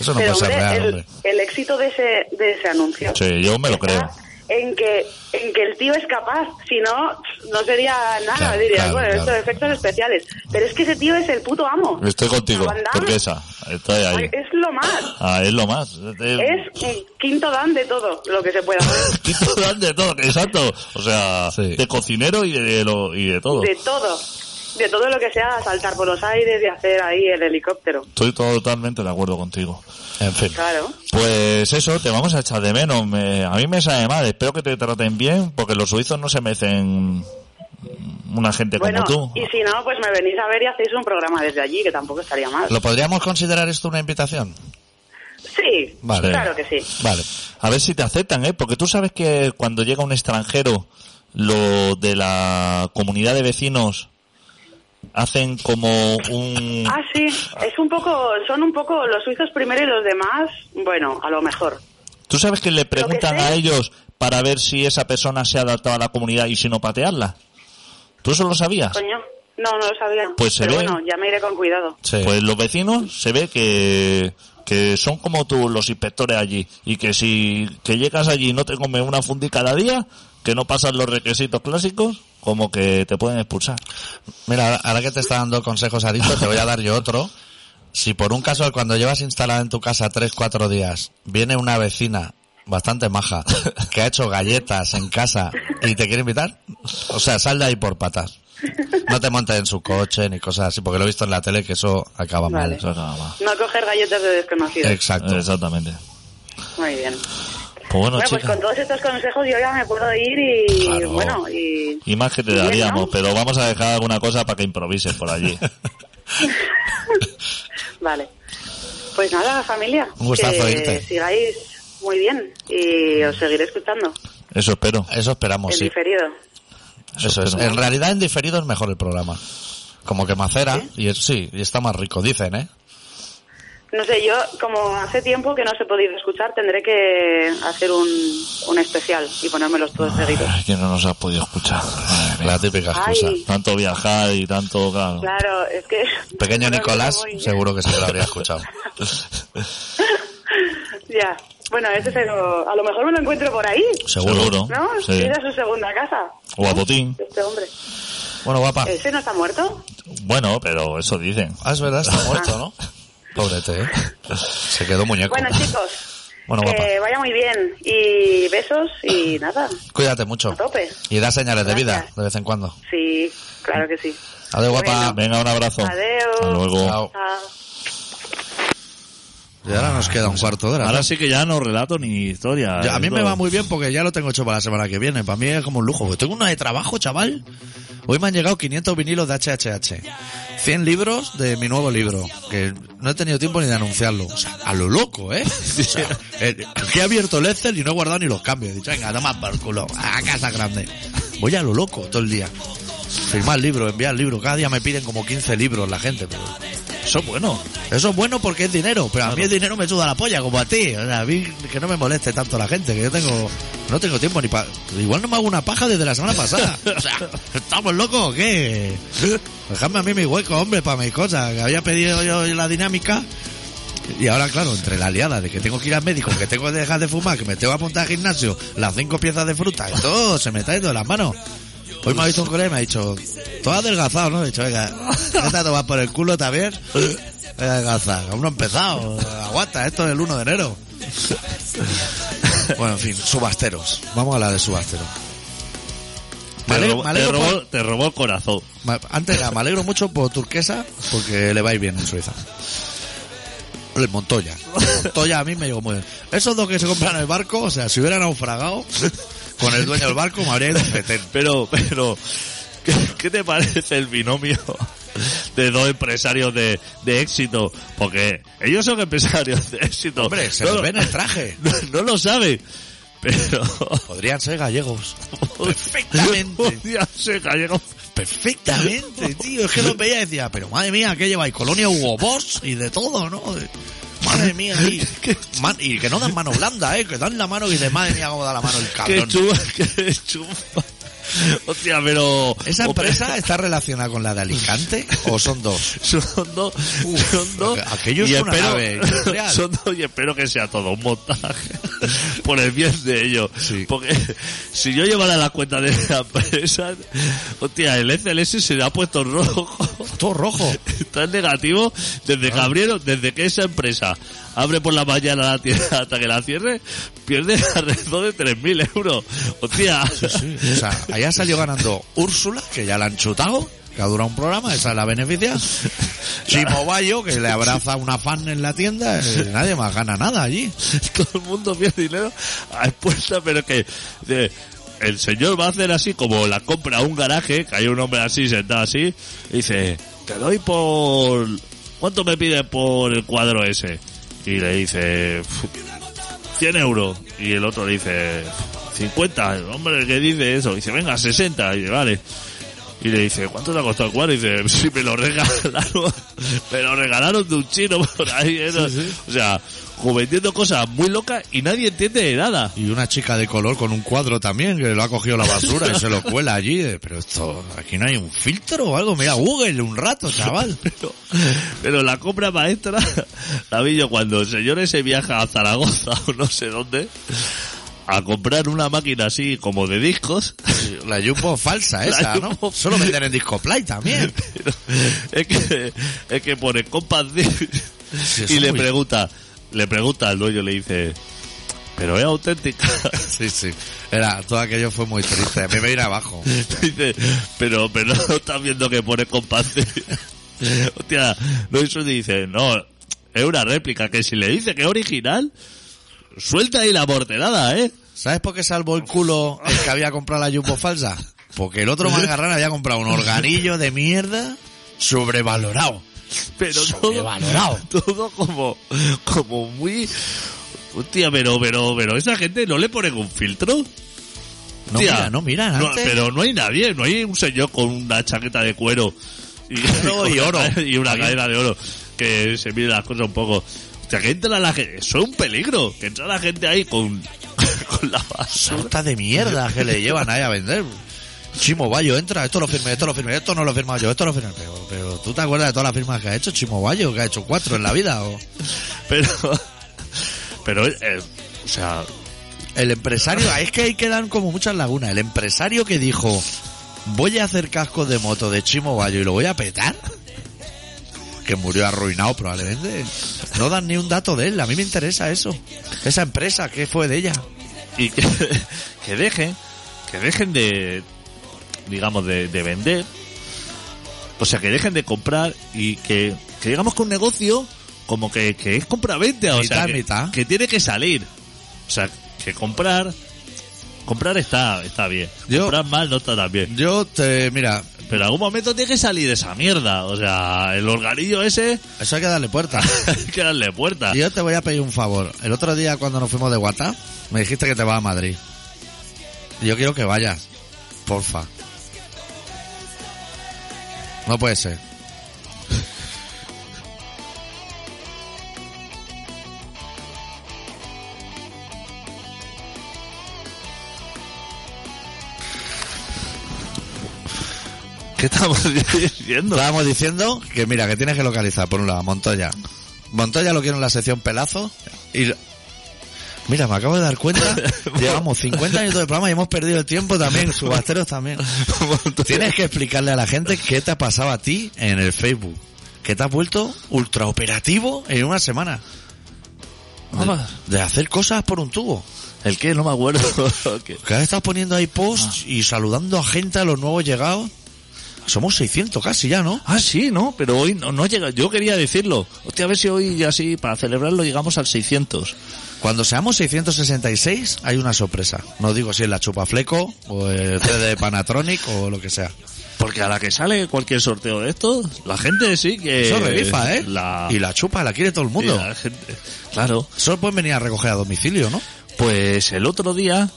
Speaker 1: Eso no
Speaker 5: pero
Speaker 1: puede ser
Speaker 5: hombre,
Speaker 1: real,
Speaker 5: el,
Speaker 1: hombre.
Speaker 5: el éxito de ese, de ese anuncio.
Speaker 2: Sí, yo me lo creo.
Speaker 5: está En que, en que el tío es capaz, si no, no sería nada.
Speaker 1: Claro,
Speaker 5: dirías,
Speaker 1: claro,
Speaker 5: bueno,
Speaker 1: claro.
Speaker 5: estos efectos especiales. Pero es que ese tío es el puto amo.
Speaker 2: Estoy contigo,
Speaker 5: Van Damme.
Speaker 2: turquesa. Estoy ahí.
Speaker 5: Es lo más.
Speaker 2: Ah, es lo más. Es
Speaker 5: Es un quinto dan de todo lo que se pueda
Speaker 1: *laughs*
Speaker 5: hacer.
Speaker 2: Quito Dan de todo, exacto. O sea,
Speaker 1: Sí.
Speaker 2: de cocinero y de, lo, y de todo.
Speaker 5: De todo. De todo lo que sea saltar por los aires y hacer ahí el helicóptero.
Speaker 2: Estoy totalmente de acuerdo contigo.
Speaker 1: En fin.
Speaker 5: Claro.
Speaker 2: Pues eso, te vamos a echar de menos. Me- a mí me sabe mal. Espero que te traten bien, porque los suizos no se merecen una gente
Speaker 5: Bueno,
Speaker 2: como tú.
Speaker 5: y si no, pues me venís a ver y hacéis un programa desde allí, que tampoco estaría mal.
Speaker 1: ¿Lo podríamos considerar esto una invitación?
Speaker 5: Sí,
Speaker 1: Vale.
Speaker 5: claro que sí.
Speaker 1: Vale.
Speaker 2: A ver si te aceptan, ¿eh? Porque tú sabes que cuando llega un extranjero, lo de la comunidad de vecinos hacen como un...
Speaker 5: Ah, sí, es un poco, son un poco los suizos primero y los demás, bueno, a lo mejor.
Speaker 2: Tú sabes que le preguntan
Speaker 5: sé.
Speaker 2: a ellos para ver si esa persona se ha adaptado a la comunidad y si no patearla. ¿Tú eso lo sabías?
Speaker 5: Coño, no, no lo sabía.
Speaker 2: Pues se
Speaker 5: Pero
Speaker 2: ve.
Speaker 5: bueno, ya me iré con cuidado.
Speaker 1: Sí.
Speaker 2: Pues los vecinos se ve que, que son como tú, los inspectores allí. Y que si que llegas allí y no te comes una fundi cada día, que no pasas los requisitos clásicos, como que te pueden expulsar.
Speaker 1: Mira, ahora- ahora que te está dando consejos adicto, te voy a dar yo otro. Si por un caso cuando llevas instalada en tu casa tres, cuatro días, viene una vecina bastante maja que ha hecho galletas en casa y te quiere invitar, o sea, sal de ahí por patas. No te montes en su coche ni cosas así, porque lo he visto en la tele que eso acaba
Speaker 5: Vale.
Speaker 1: mal.
Speaker 2: Eso es nada más.
Speaker 5: No coger galletas de desconocidos.
Speaker 1: Exacto.
Speaker 2: Exactamente.
Speaker 5: Muy bien.
Speaker 4: Pues bueno,
Speaker 5: bueno, pues
Speaker 4: chica.
Speaker 5: con todos estos consejos yo ya me puedo ir y
Speaker 4: Claro.
Speaker 5: bueno, y...
Speaker 4: Y más que te
Speaker 5: y bien,
Speaker 4: daríamos,
Speaker 5: ¿no?
Speaker 4: pero vamos a dejar alguna cosa para que improvises por allí.
Speaker 5: Vale. Pues nada, familia.
Speaker 1: Un gustazo
Speaker 5: que
Speaker 1: irte.
Speaker 5: Sigáis muy bien y os seguiré escuchando
Speaker 4: Eh, Eso espero.
Speaker 1: Eso esperamos,
Speaker 5: en
Speaker 1: sí.
Speaker 5: diferido.
Speaker 1: *laughs* Eso es. En realidad, en diferido es mejor el programa. Como que macera, y es- sí, y está más rico, dicen, ¿eh?
Speaker 5: No sé, yo como hace tiempo que no os he podido escuchar, tendré que hacer un, un especial y ponérmelos todos
Speaker 2: *laughs*
Speaker 5: seguidos.
Speaker 4: Ay, que no nos has podido escuchar. Madre mía.
Speaker 1: La típica excusa.
Speaker 5: Ay.
Speaker 4: Tanto viajar y tanto, claro.
Speaker 5: Claro, es que...
Speaker 1: *laughs* Pequeño
Speaker 5: Bueno, *laughs*
Speaker 1: Nicolás,
Speaker 5: voy-
Speaker 1: seguro que se lo habría escuchado.
Speaker 5: Ya, bueno, ese se lo- a lo mejor me lo encuentro por ahí,
Speaker 4: Seguro.
Speaker 5: ¿no?
Speaker 4: Sí.
Speaker 5: Esa es su segunda casa,
Speaker 4: Guapotín.
Speaker 5: este hombre.
Speaker 1: Bueno, guapa.
Speaker 5: ¿Ese no está muerto?
Speaker 4: Bueno, pero eso dicen.
Speaker 1: Ah, es verdad, *laughs* está muerto, ¿no? Pobrete, ¿eh? Se quedó muñeco.
Speaker 5: Bueno, chicos,
Speaker 1: *laughs*
Speaker 5: eh,
Speaker 1: Bueno, guapa.
Speaker 5: que vaya muy bien y besos
Speaker 1: *laughs*
Speaker 5: y nada,
Speaker 1: Cuídate mucho.
Speaker 5: a tope.
Speaker 1: Y da señales de vida,
Speaker 5: Gracias.
Speaker 1: de vez en cuando.
Speaker 5: Sí, claro que sí.
Speaker 1: Adiós, guapa.
Speaker 5: Bueno.
Speaker 4: Venga, un abrazo.
Speaker 5: Adiós.
Speaker 4: Hasta luego.
Speaker 1: Chao.
Speaker 5: Chao.
Speaker 1: Y ahora nos queda un cuarto de hora.
Speaker 2: Ahora sí que ya no relato ni historia. eh,
Speaker 1: Yo- a mí
Speaker 2: Esto-
Speaker 1: me va muy bien porque ya lo tengo hecho para la semana que viene. Para mí es como un lujo. porque Tengo una de trabajo, chaval. Hoy me han llegado 500 vinilos de HHH. 100 libros de mi nuevo libro. Que no he tenido tiempo ni de anunciarlo. O sea, a lo loco, ¿eh? O sea, eh, que he abierto el Excel y no he guardado ni los cambios. He dicho, venga, toma por culo. A casa grande. Voy a lo loco todo el día. Firmar libros, enviar libros. Cada día me piden como 15 libros la gente. Pero
Speaker 2: Eso es bueno.
Speaker 1: eso es bueno porque es dinero, pero a mí el dinero me suda la polla, como a ti. O sea, a mí que no me moleste tanto la gente, que yo tengo. No tengo tiempo ni para. Igual no me hago una paja desde la semana pasada. O sea, ¿estamos locos o qué? Dejadme a mí mi hueco, hombre, para mis cosas. Que había pedido yo la dinámica. Y ahora, claro, entre la aliada de que tengo que ir al médico, que tengo que dejar de fumar, que me tengo que apuntar al gimnasio, las cinco piezas de fruta, y todo se me está yendo de las manos. Hoy me ha visto un colega y me ha dicho, todo adelgazado, ¿no? He dicho, venga, vete a tomar por el culo también. Venga, adelgazar, aún no he empezado. Aguanta, esto es el 1 de enero. Bueno, en fin, subasteros. Vamos a la de subasteros. Me
Speaker 2: Te,
Speaker 1: alegro-
Speaker 2: robó,
Speaker 1: me alegro
Speaker 2: te
Speaker 1: por-
Speaker 2: robó- te robó el corazón.
Speaker 1: Ma- Antes nada, me alegro mucho por Turquesa porque le va a ir bien en Suiza. El Montoya. Montoya a mí me llegó muy bien. Esos dos que se compraron el barco, o sea, si hubiera naufragado con el dueño del barco, me habría ido a Petén.
Speaker 2: Pero, pero, ¿qué, qué te parece el binomio de dos empresarios de, de éxito? Porque ellos son empresarios de éxito.
Speaker 1: Hombre, se
Speaker 2: No
Speaker 1: les
Speaker 2: lo-
Speaker 1: ve en el traje.
Speaker 2: No, no lo saben. Pero.
Speaker 1: Podrían ser gallegos.
Speaker 2: *laughs*
Speaker 1: Perfectamente.
Speaker 2: Podía ser gallego.
Speaker 1: Perfectamente, tío. Es que los veía y decía, pero madre mía, ¿qué lleváis? Colonia Hugo Boss y de todo, ¿no? Madre mía, y, man- y que no dan mano blanda, ¿eh? Que dan la mano y dices, madre mía, cómo da la mano el
Speaker 2: Qué
Speaker 1: cabrón.
Speaker 2: chupa, *laughs* qué chupa. Hostia, pero.
Speaker 1: ¿Esa
Speaker 2: hombre,
Speaker 1: empresa está relacionada con la de Alicante o son dos?
Speaker 2: Son dos, son dos.
Speaker 1: aquello es
Speaker 2: y
Speaker 1: una nave industrial.
Speaker 2: son dos y espero que sea todo un montaje. *laughs* Por el bien de ellos.
Speaker 1: Sí.
Speaker 2: Porque si yo llevara la cuenta de la empresa, hostia, el SLS se le ha puesto en rojo.
Speaker 1: Todo rojo.
Speaker 2: Está en negativo desde
Speaker 1: Ah.
Speaker 2: que abrieron, desde que esa empresa abre por la mañana la tienda hasta que la cierre, pierde *laughs* alrededor de 3.000 euros. Hostia.
Speaker 1: O sea, allá salió ganando Úrsula, que ya la han chutado, que ha durado un programa, esa la beneficia. Chimo Bayo, que le abraza una fan en la tienda, eh, nadie más gana nada allí.
Speaker 2: *laughs* todo el mundo pierde dinero a expuesta, pero que de- el señor va a hacer así como la compra a un garaje, que hay un hombre así sentado así, y dice, te doy por... ¿Cuánto me pides por el cuadro ese? Y le dice, "Pf, 100 euros. Y el otro le dice, 50. El hombre que dice eso, dice, venga, 60. Y dice, vale. Y le dice, ¿cuánto te ha costado el cuadro? Y dice, *laughs* sí, me lo regalaron, *laughs* me lo regalaron de un chino por ahí. ¿eh? No- O sea, como vendiendo cosas muy locas y nadie entiende de nada.
Speaker 1: Y una chica de color con un cuadro también, que lo ha cogido la basura y se lo cuela allí. eh, Pero esto, aquí no hay un filtro o algo. Mira Google un rato, chaval.
Speaker 2: Pero, pero la compra maestra, *laughs* la vi yo cuando el señor ese viaja a Zaragoza o no sé dónde, a comprar una máquina así como de discos,
Speaker 1: La Jumbo falsa
Speaker 2: La
Speaker 1: esa,
Speaker 2: Jumbo.
Speaker 1: ¿no? Solo venden en Discoplay también.
Speaker 2: *laughs* Pero es que es que pone compas
Speaker 1: eso
Speaker 2: y le
Speaker 1: muy-
Speaker 2: pregunta le pregunta al dueño le dice pero es auténtica *laughs*
Speaker 1: Sí, sí. Era, todo aquello fue muy triste. A mí me vino abajo.
Speaker 2: dice pero pero no estás viendo que pone compas *laughs* hostia no eso dice no es una réplica que si le dice que es original Suelta ahí la morterada, ¿eh?
Speaker 1: ¿Sabes por qué salvo el culo el que había comprado la Jumbo falsa? Porque el otro mangarrán había comprado un organillo de mierda sobrevalorado.
Speaker 2: Pero
Speaker 1: Sobrevalorado.
Speaker 2: todo, *laughs* todo como, como muy... Hostia, pero, pero, pero, ¿esa gente no le ponen un filtro?
Speaker 1: No
Speaker 2: Hostia,
Speaker 1: mira, no mira.
Speaker 2: no, pero no hay nadie, no hay un señor con una chaqueta de cuero y, *laughs* y oro y una cadena de oro que se mire las cosas un poco. O sea, que entra la gente, eso es un peligro, que entra la gente ahí con, *laughs* con la basura.
Speaker 1: Puta de mierda que le llevan ahí a vender. Chimo Bayo, entra, esto lo firme, esto lo firme, esto no lo he firmado yo, esto lo firme. Pero, pero tú te acuerdas de todas las firmas que ha hecho Chimo Bayo, que ha hecho cuatro en la vida. O...
Speaker 2: Pero, *laughs* pero, eh, o sea,
Speaker 1: El empresario, es que ahí quedan como muchas lagunas. El empresario que dijo, voy a hacer cascos de moto de Chimo Bayo y lo voy a petar, que murió arruinado probablemente, no dan ni un dato de él. A mí me interesa eso. Esa empresa, ¿qué fue de ella?
Speaker 2: y que, *laughs* que dejen, que dejen de, digamos, de, de vender, o sea, que dejen de comprar y que, que digamos que un negocio como que, que es compra-venta, o
Speaker 1: Mitad,
Speaker 2: sea, que,
Speaker 1: mitad.
Speaker 2: que tiene que salir, o sea, que comprar, comprar está, está bien,
Speaker 1: Yo-
Speaker 2: comprar mal no está tan bien,
Speaker 1: Yo te, mira,
Speaker 2: pero en algún momento tiene que salir esa mierda, o sea, el organillo ese *laughs*
Speaker 1: eso hay que darle puerta.
Speaker 2: hay que darle puerta.
Speaker 1: Y Yo te voy a pedir un favor. El otro día cuando nos fuimos de WhatsApp, me dijiste que te vas a Madrid. Y Yo quiero que vayas. Porfa. No puede ser.
Speaker 2: ¿Qué estamos diciendo?
Speaker 1: Estábamos diciendo que mira, que tienes que localizar, por un lado, a Montoya. Montoya lo quiero en la sección pelazo y... lo- Mira, me acabo de dar cuenta, llevamos 50 minutos de programa y hemos perdido el tiempo también, subasteros también. Tienes que explicarle a la gente qué te ha pasado a ti en el Facebook, que te has vuelto ultraoperativo en una semana.
Speaker 2: Vamos.
Speaker 1: De hacer cosas por un tubo.
Speaker 2: ¿El qué? No me acuerdo. ¿Qué?
Speaker 1: Que ahora estás poniendo ahí
Speaker 2: Ah.
Speaker 1: posts y saludando a gente, a los nuevos llegados. Somos 600 casi ya, ¿no?
Speaker 2: Ah, sí, ¿no? Pero hoy no, no llega. Yo quería decirlo. Hostia, a ver si hoy así, para celebrarlo, llegamos al 600.
Speaker 1: Cuando seamos 666 hay una sorpresa. No digo si es la chupafleco o el CD Panatronic o lo que sea.
Speaker 2: Porque a la que sale cualquier sorteo de estos, la gente sí que...
Speaker 1: Eso revifa, ¿eh?
Speaker 2: La...
Speaker 1: Y la chupa la quiere todo el
Speaker 2: y
Speaker 1: mundo.
Speaker 2: la gente- Claro.
Speaker 1: Solo pueden venir a recoger a domicilio, ¿no?
Speaker 2: Pues el otro día...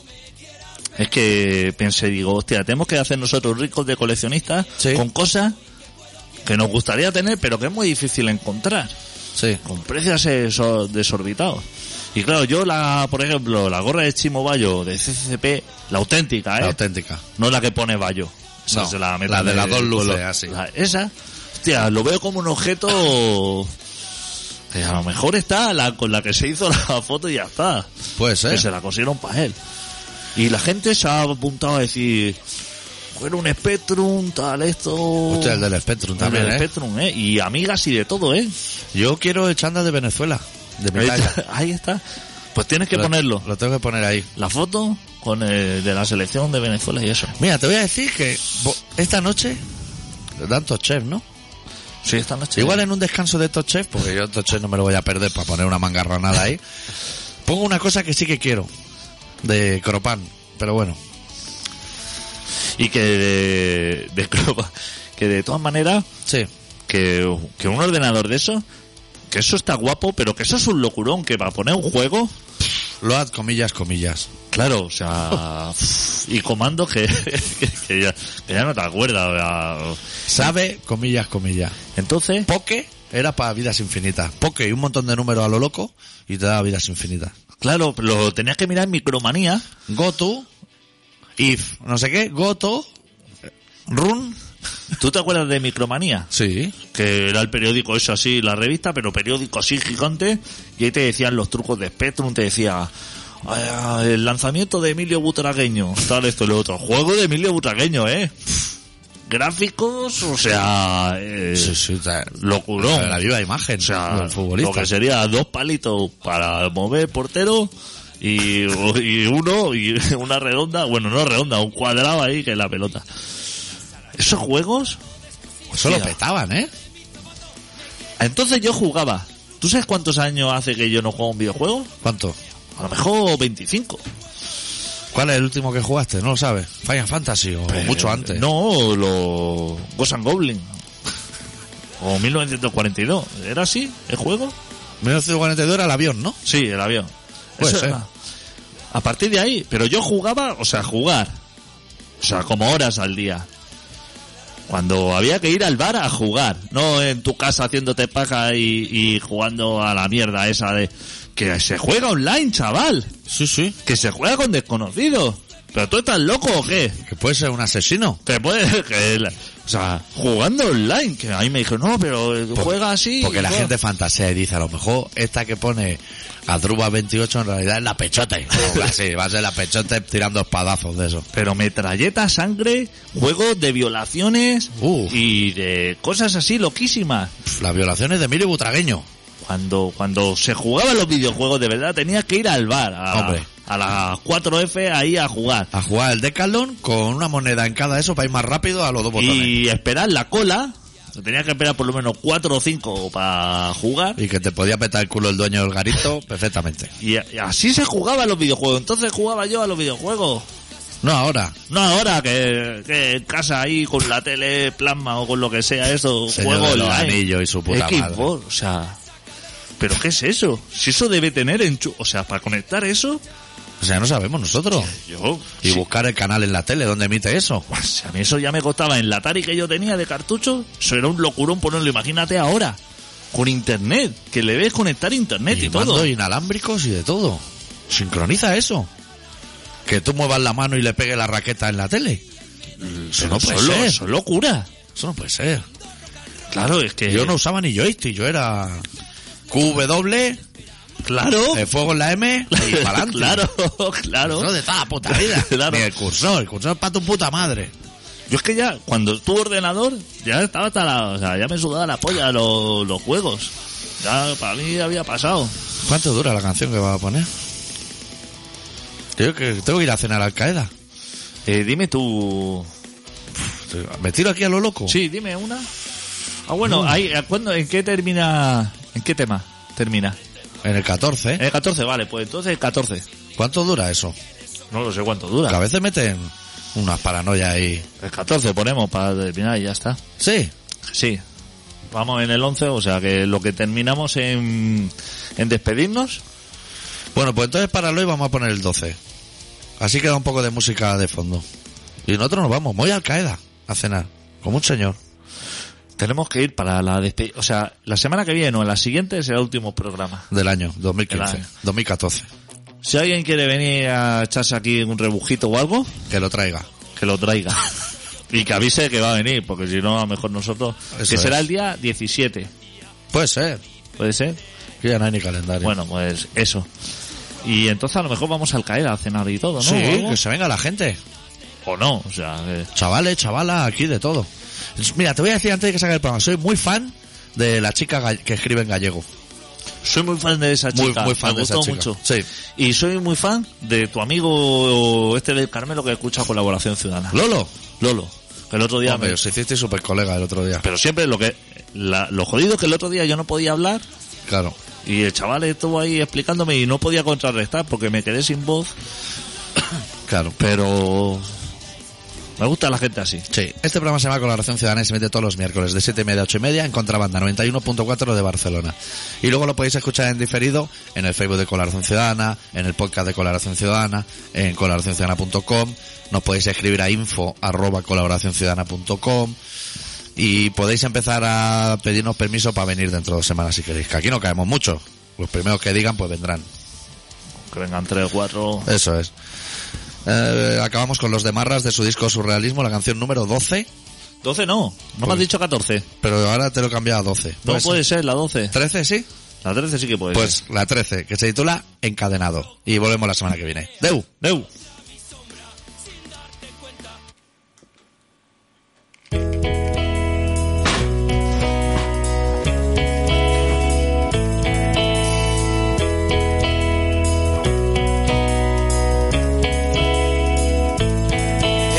Speaker 2: Es que pensé, digo, hostia, tenemos que hacer nosotros ricos de coleccionistas
Speaker 1: Sí.
Speaker 2: con cosas que nos gustaría tener, pero que es muy difícil encontrar.
Speaker 1: Sí.
Speaker 2: con precios eso- desorbitados. Y claro, yo la, por ejemplo, la gorra de Chimo Bayo de CCP, la auténtica, ¿eh?
Speaker 1: La auténtica.
Speaker 2: no la que pone Bayo. Esa
Speaker 1: No,
Speaker 2: se la,
Speaker 1: la
Speaker 2: meten
Speaker 1: de las dos luces,
Speaker 2: color.
Speaker 1: así.
Speaker 2: La- esa, hostia, lo veo como un objeto que a lo mejor está la, con la que se hizo *laughs* la foto y ya está.
Speaker 1: Puede ser.
Speaker 2: Que se la cosieron para él. Y la gente se ha apuntado a decir, bueno, un Spectrum, tal, esto...
Speaker 1: Hostia, el del Spectrum
Speaker 2: El
Speaker 1: también,
Speaker 2: del
Speaker 1: ¿eh?
Speaker 2: Spectrum, ¿eh? Y amigas y de todo, ¿eh?
Speaker 1: Yo quiero el chándal de Venezuela. De mi
Speaker 2: Ahí
Speaker 1: talla.
Speaker 2: está, ahí está. Pues tienes que
Speaker 1: Lo-
Speaker 2: ponerlo.
Speaker 1: Lo tengo que poner ahí.
Speaker 2: La foto con el de la selección de Venezuela y eso.
Speaker 1: Mira, te voy a decir que bo- esta noche, tantos chefs, ¿no?
Speaker 2: Sí, esta noche.
Speaker 1: Igual en un descanso de estos chefs, porque yo estos chefs no me lo voy a perder para poner una mangarranada ahí. Pongo una cosa que sí que quiero, de Cropán, pero bueno.
Speaker 2: Y que de, de Croba- Que de todas maneras,
Speaker 1: Sí,
Speaker 2: que, que un ordenador de eso, que eso está guapo, pero que eso es un locurón, que para poner un juego,
Speaker 1: Load, comillas, comillas.
Speaker 2: claro, o *laughs* sea, y comandos que, *laughs* que, que ya, que ya no te acuerdas. o sea.
Speaker 1: Sabe, comillas, comillas.
Speaker 2: Entonces,
Speaker 1: Poke era para vidas infinitas. Poke y un montón de números a lo loco y te da vidas infinitas.
Speaker 2: claro, lo tenías que mirar en Micromanía.
Speaker 1: Goto, if, no sé qué, Goto, run.
Speaker 2: ¿Tú te acuerdas de Micromanía?
Speaker 1: Sí,
Speaker 2: que era el periódico eso así, la revista, pero periódico así gigante, y ahí te decían los trucos de Spectrum, te decía "Ah, el lanzamiento de Emilio Butragueño, tal esto y lo otro, juego de Emilio Butragueño, eh. Gráficos, o sea, eh,
Speaker 1: sí, sí. ta-
Speaker 2: locurón.
Speaker 1: La viva imagen
Speaker 2: o sea,
Speaker 1: del
Speaker 2: lo
Speaker 1: futbolista.
Speaker 2: que sería dos palitos para mover portero y, y uno y *laughs* una redonda, bueno, no redonda, un cuadrado ahí que es la pelota. Esos juegos
Speaker 1: Eso lo
Speaker 2: Hostia.
Speaker 1: petaban, ¿eh?
Speaker 2: Entonces yo jugaba. ¿Tú sabes cuántos años hace que yo no juego a un videojuego?
Speaker 1: ¿Cuánto?
Speaker 2: A lo mejor 25.
Speaker 1: ¿Cuál es el último que jugaste? No lo sabes. Final Fantasy o mucho
Speaker 2: Eh,
Speaker 1: antes.
Speaker 2: No, los Ghost and *laughs* Goblin. o 1942. ¿Era así el juego?
Speaker 1: 1942 era el avión, ¿no?
Speaker 2: Sí, el avión.
Speaker 1: Puede ser.
Speaker 2: era. A partir de ahí, pero yo jugaba, o sea, jugar. O sea, como horas al día. Cuando había que ir al bar a jugar, no en tu casa haciéndote paja y, y jugando a la mierda esa de que se juega online, chaval,
Speaker 1: Sí, sí.
Speaker 2: que se juega con desconocidos. ¿Pero tú estás loco o qué?
Speaker 1: Que puede ser un asesino.
Speaker 2: Que puede, *laughs* que la- o sea, jugando online, que ahí me dijo, no, pero eh, juega así.
Speaker 1: Porque la
Speaker 2: juega".
Speaker 1: gente fantasea y dice, a lo mejor esta que pone a Druba 28 en realidad es la *laughs* pechote. O así, va a ser la pechote tirando espadazos de eso.
Speaker 2: Pero metralleta, sangre, juegos de violaciones
Speaker 1: Uf.
Speaker 2: y de cosas así loquísimas.
Speaker 1: Pff, Las violaciones de Emilio Butragueño.
Speaker 2: Cuando, cuando se jugaban los videojuegos de verdad, tenías que ir al bar, a,
Speaker 1: Hombre.
Speaker 2: a las 4F ahí a jugar.
Speaker 1: A jugar el Decathlon con una moneda en cada eso para ir más rápido a los dos botones.
Speaker 2: Y esperar la cola, tenías que esperar por lo menos 4 o 5 para jugar.
Speaker 1: Y que te podía petar el culo el dueño del garito *laughs* perfectamente.
Speaker 2: Y, y así se jugaban los videojuegos. Entonces jugaba yo a los videojuegos.
Speaker 1: No ahora,
Speaker 2: No ahora que, que en casa ahí con la tele plasma o con lo que sea eso,
Speaker 1: Señor
Speaker 2: juego
Speaker 1: de los
Speaker 2: online.
Speaker 1: Anillos y su puta
Speaker 2: Xbox,
Speaker 1: madre.
Speaker 2: o sea, pero qué es eso? Si eso debe tener enchu, o sea, para conectar eso,
Speaker 1: o sea, no sabemos nosotros.
Speaker 2: yo
Speaker 1: Y buscar el canal en la tele donde emite eso.
Speaker 2: si a mí eso ya me costaba en la Atari que yo tenía de cartucho, eso era un locurón ponerlo, imagínate ahora con internet, que le ves conectar internet y,
Speaker 1: Y
Speaker 2: todo.
Speaker 1: mandos inalámbricos y de todo. Sincroniza eso. Que tú muevas la mano y le pegue la raqueta en la tele.
Speaker 2: Mm,
Speaker 1: Eso no puede
Speaker 2: son, lo-
Speaker 1: ser.
Speaker 2: son locura.
Speaker 1: Eso no puede ser.
Speaker 2: Claro, es que *laughs*
Speaker 1: Yo no usaba ni joystick, yo era QW,
Speaker 2: claro,
Speaker 1: el fuego en la M y para adelante.
Speaker 2: *laughs* claro, *laughs* claro.
Speaker 1: Eso de toda la puta vida.
Speaker 2: *laughs* Claro.
Speaker 1: Ni el cursor, el cursor para tu puta madre.
Speaker 2: Yo es que ya, cuando tu ordenador, ya estaba hasta la, o sea, ya me sudaba la polla lo- los juegos. Ya para mí había pasado.
Speaker 1: ¿Cuánto dura la canción que vas a poner? Yo que tengo que ir a cenar a Al Qaeda.
Speaker 2: Eh, dime tú.
Speaker 1: ¿Me tiro aquí a lo loco?
Speaker 2: Pues Sí, dime una. Ah, bueno, ahí, ¿a ¿cuándo, ¿en qué termina? ¿En qué tema termina?
Speaker 1: En el 14. ¿eh?
Speaker 2: El 14, vale, pues entonces el 14.
Speaker 1: ¿Cuánto dura eso?
Speaker 2: No lo sé cuánto
Speaker 1: Que a
Speaker 2: dura.
Speaker 1: veces meten unas paranoias ahí.
Speaker 2: El 14 ponemos para terminar y ya está.
Speaker 1: Sí,
Speaker 2: Sí. Vamos en el 11, o sea que lo que terminamos en, en despedirnos.
Speaker 1: Bueno, pues entonces para hoy vamos a poner el 12. Así queda un poco de música de fondo. Y nosotros nos vamos, muy al Qaeda a cenar, como un señor.
Speaker 2: Tenemos que ir para la despedida. O sea, la semana que viene o la siguiente será el último programa.
Speaker 1: Del año 2015,
Speaker 2: Del año.
Speaker 1: 2014.
Speaker 2: Si alguien quiere venir a echarse aquí un rebujito o algo,
Speaker 1: Que lo traiga.
Speaker 2: que lo traiga. *laughs* y que avise que va a venir, porque si no, a lo mejor nosotros.
Speaker 1: Eso
Speaker 2: que será
Speaker 1: es.
Speaker 2: el día 17,
Speaker 1: Puede ser.
Speaker 2: ¿puede ser?
Speaker 1: Que ya no hay ni calendario.
Speaker 2: Bueno, pues eso. Y entonces a lo mejor vamos al caer a cenar y todo, ¿no?
Speaker 1: sí,
Speaker 2: o, algo.
Speaker 1: que se venga la gente.
Speaker 2: O no, o sea, que-
Speaker 1: Chavales, chavalas, aquí de todo. Mira, te voy a decir antes de que salga el programa, soy muy fan de la chica gall- que escribe en gallego.
Speaker 2: soy muy fan de esa
Speaker 1: Muy,
Speaker 2: chica.
Speaker 1: muy fan
Speaker 2: me
Speaker 1: de esa
Speaker 2: gustó
Speaker 1: chica.
Speaker 2: mucho.
Speaker 1: Sí.
Speaker 2: Y soy muy fan de tu amigo este del Carmelo que escucha Colaboración Ciudadana.
Speaker 1: Lolo.
Speaker 2: Lolo, que el otro día
Speaker 1: Hombre,
Speaker 2: me-
Speaker 1: os hiciste súper colega el otro día.
Speaker 2: Pero siempre lo que... la- lo jodido es que el otro día yo no podía hablar
Speaker 1: Claro.
Speaker 2: y el chaval estuvo ahí explicándome y no podía contrarrestar porque me quedé sin voz,
Speaker 1: Claro.
Speaker 2: pero... Me gusta la gente así.
Speaker 1: Sí, este programa se llama Colaboración Ciudadana y se mete todos los miércoles de 7 y media a 8 y media en Contrabanda 91.4 de Barcelona. Y luego lo podéis escuchar en diferido en el Facebook de Colaboración Ciudadana, en el podcast de Colaboración Ciudadana, en colaboracionciudadana.com, nos podéis escribir a info arroba colaboracionciudadana.com y podéis empezar a pedirnos permiso para venir dentro de dos semanas si queréis, que aquí no caemos mucho. Los primeros que digan pues vendrán.
Speaker 2: Que vengan tres o cuatro...
Speaker 1: Eso es. Eh, acabamos con los demarras de su disco Surrealismo, la canción número 12,
Speaker 2: 12 no, no me has dicho 14.
Speaker 1: pero ahora te lo he cambiado a 12.
Speaker 2: No
Speaker 1: Pues ¿Puede ser?
Speaker 2: puede ser la 12.
Speaker 1: 13, sí.
Speaker 2: La 13 sí que puede ser.
Speaker 1: Pues la 13, que se titula Encadenado. Y volvemos la semana que viene. Deu.
Speaker 2: Deu.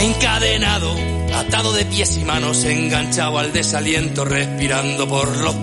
Speaker 3: Encadenado, atado de pies y manos, enganchado al desaliento, respirando por los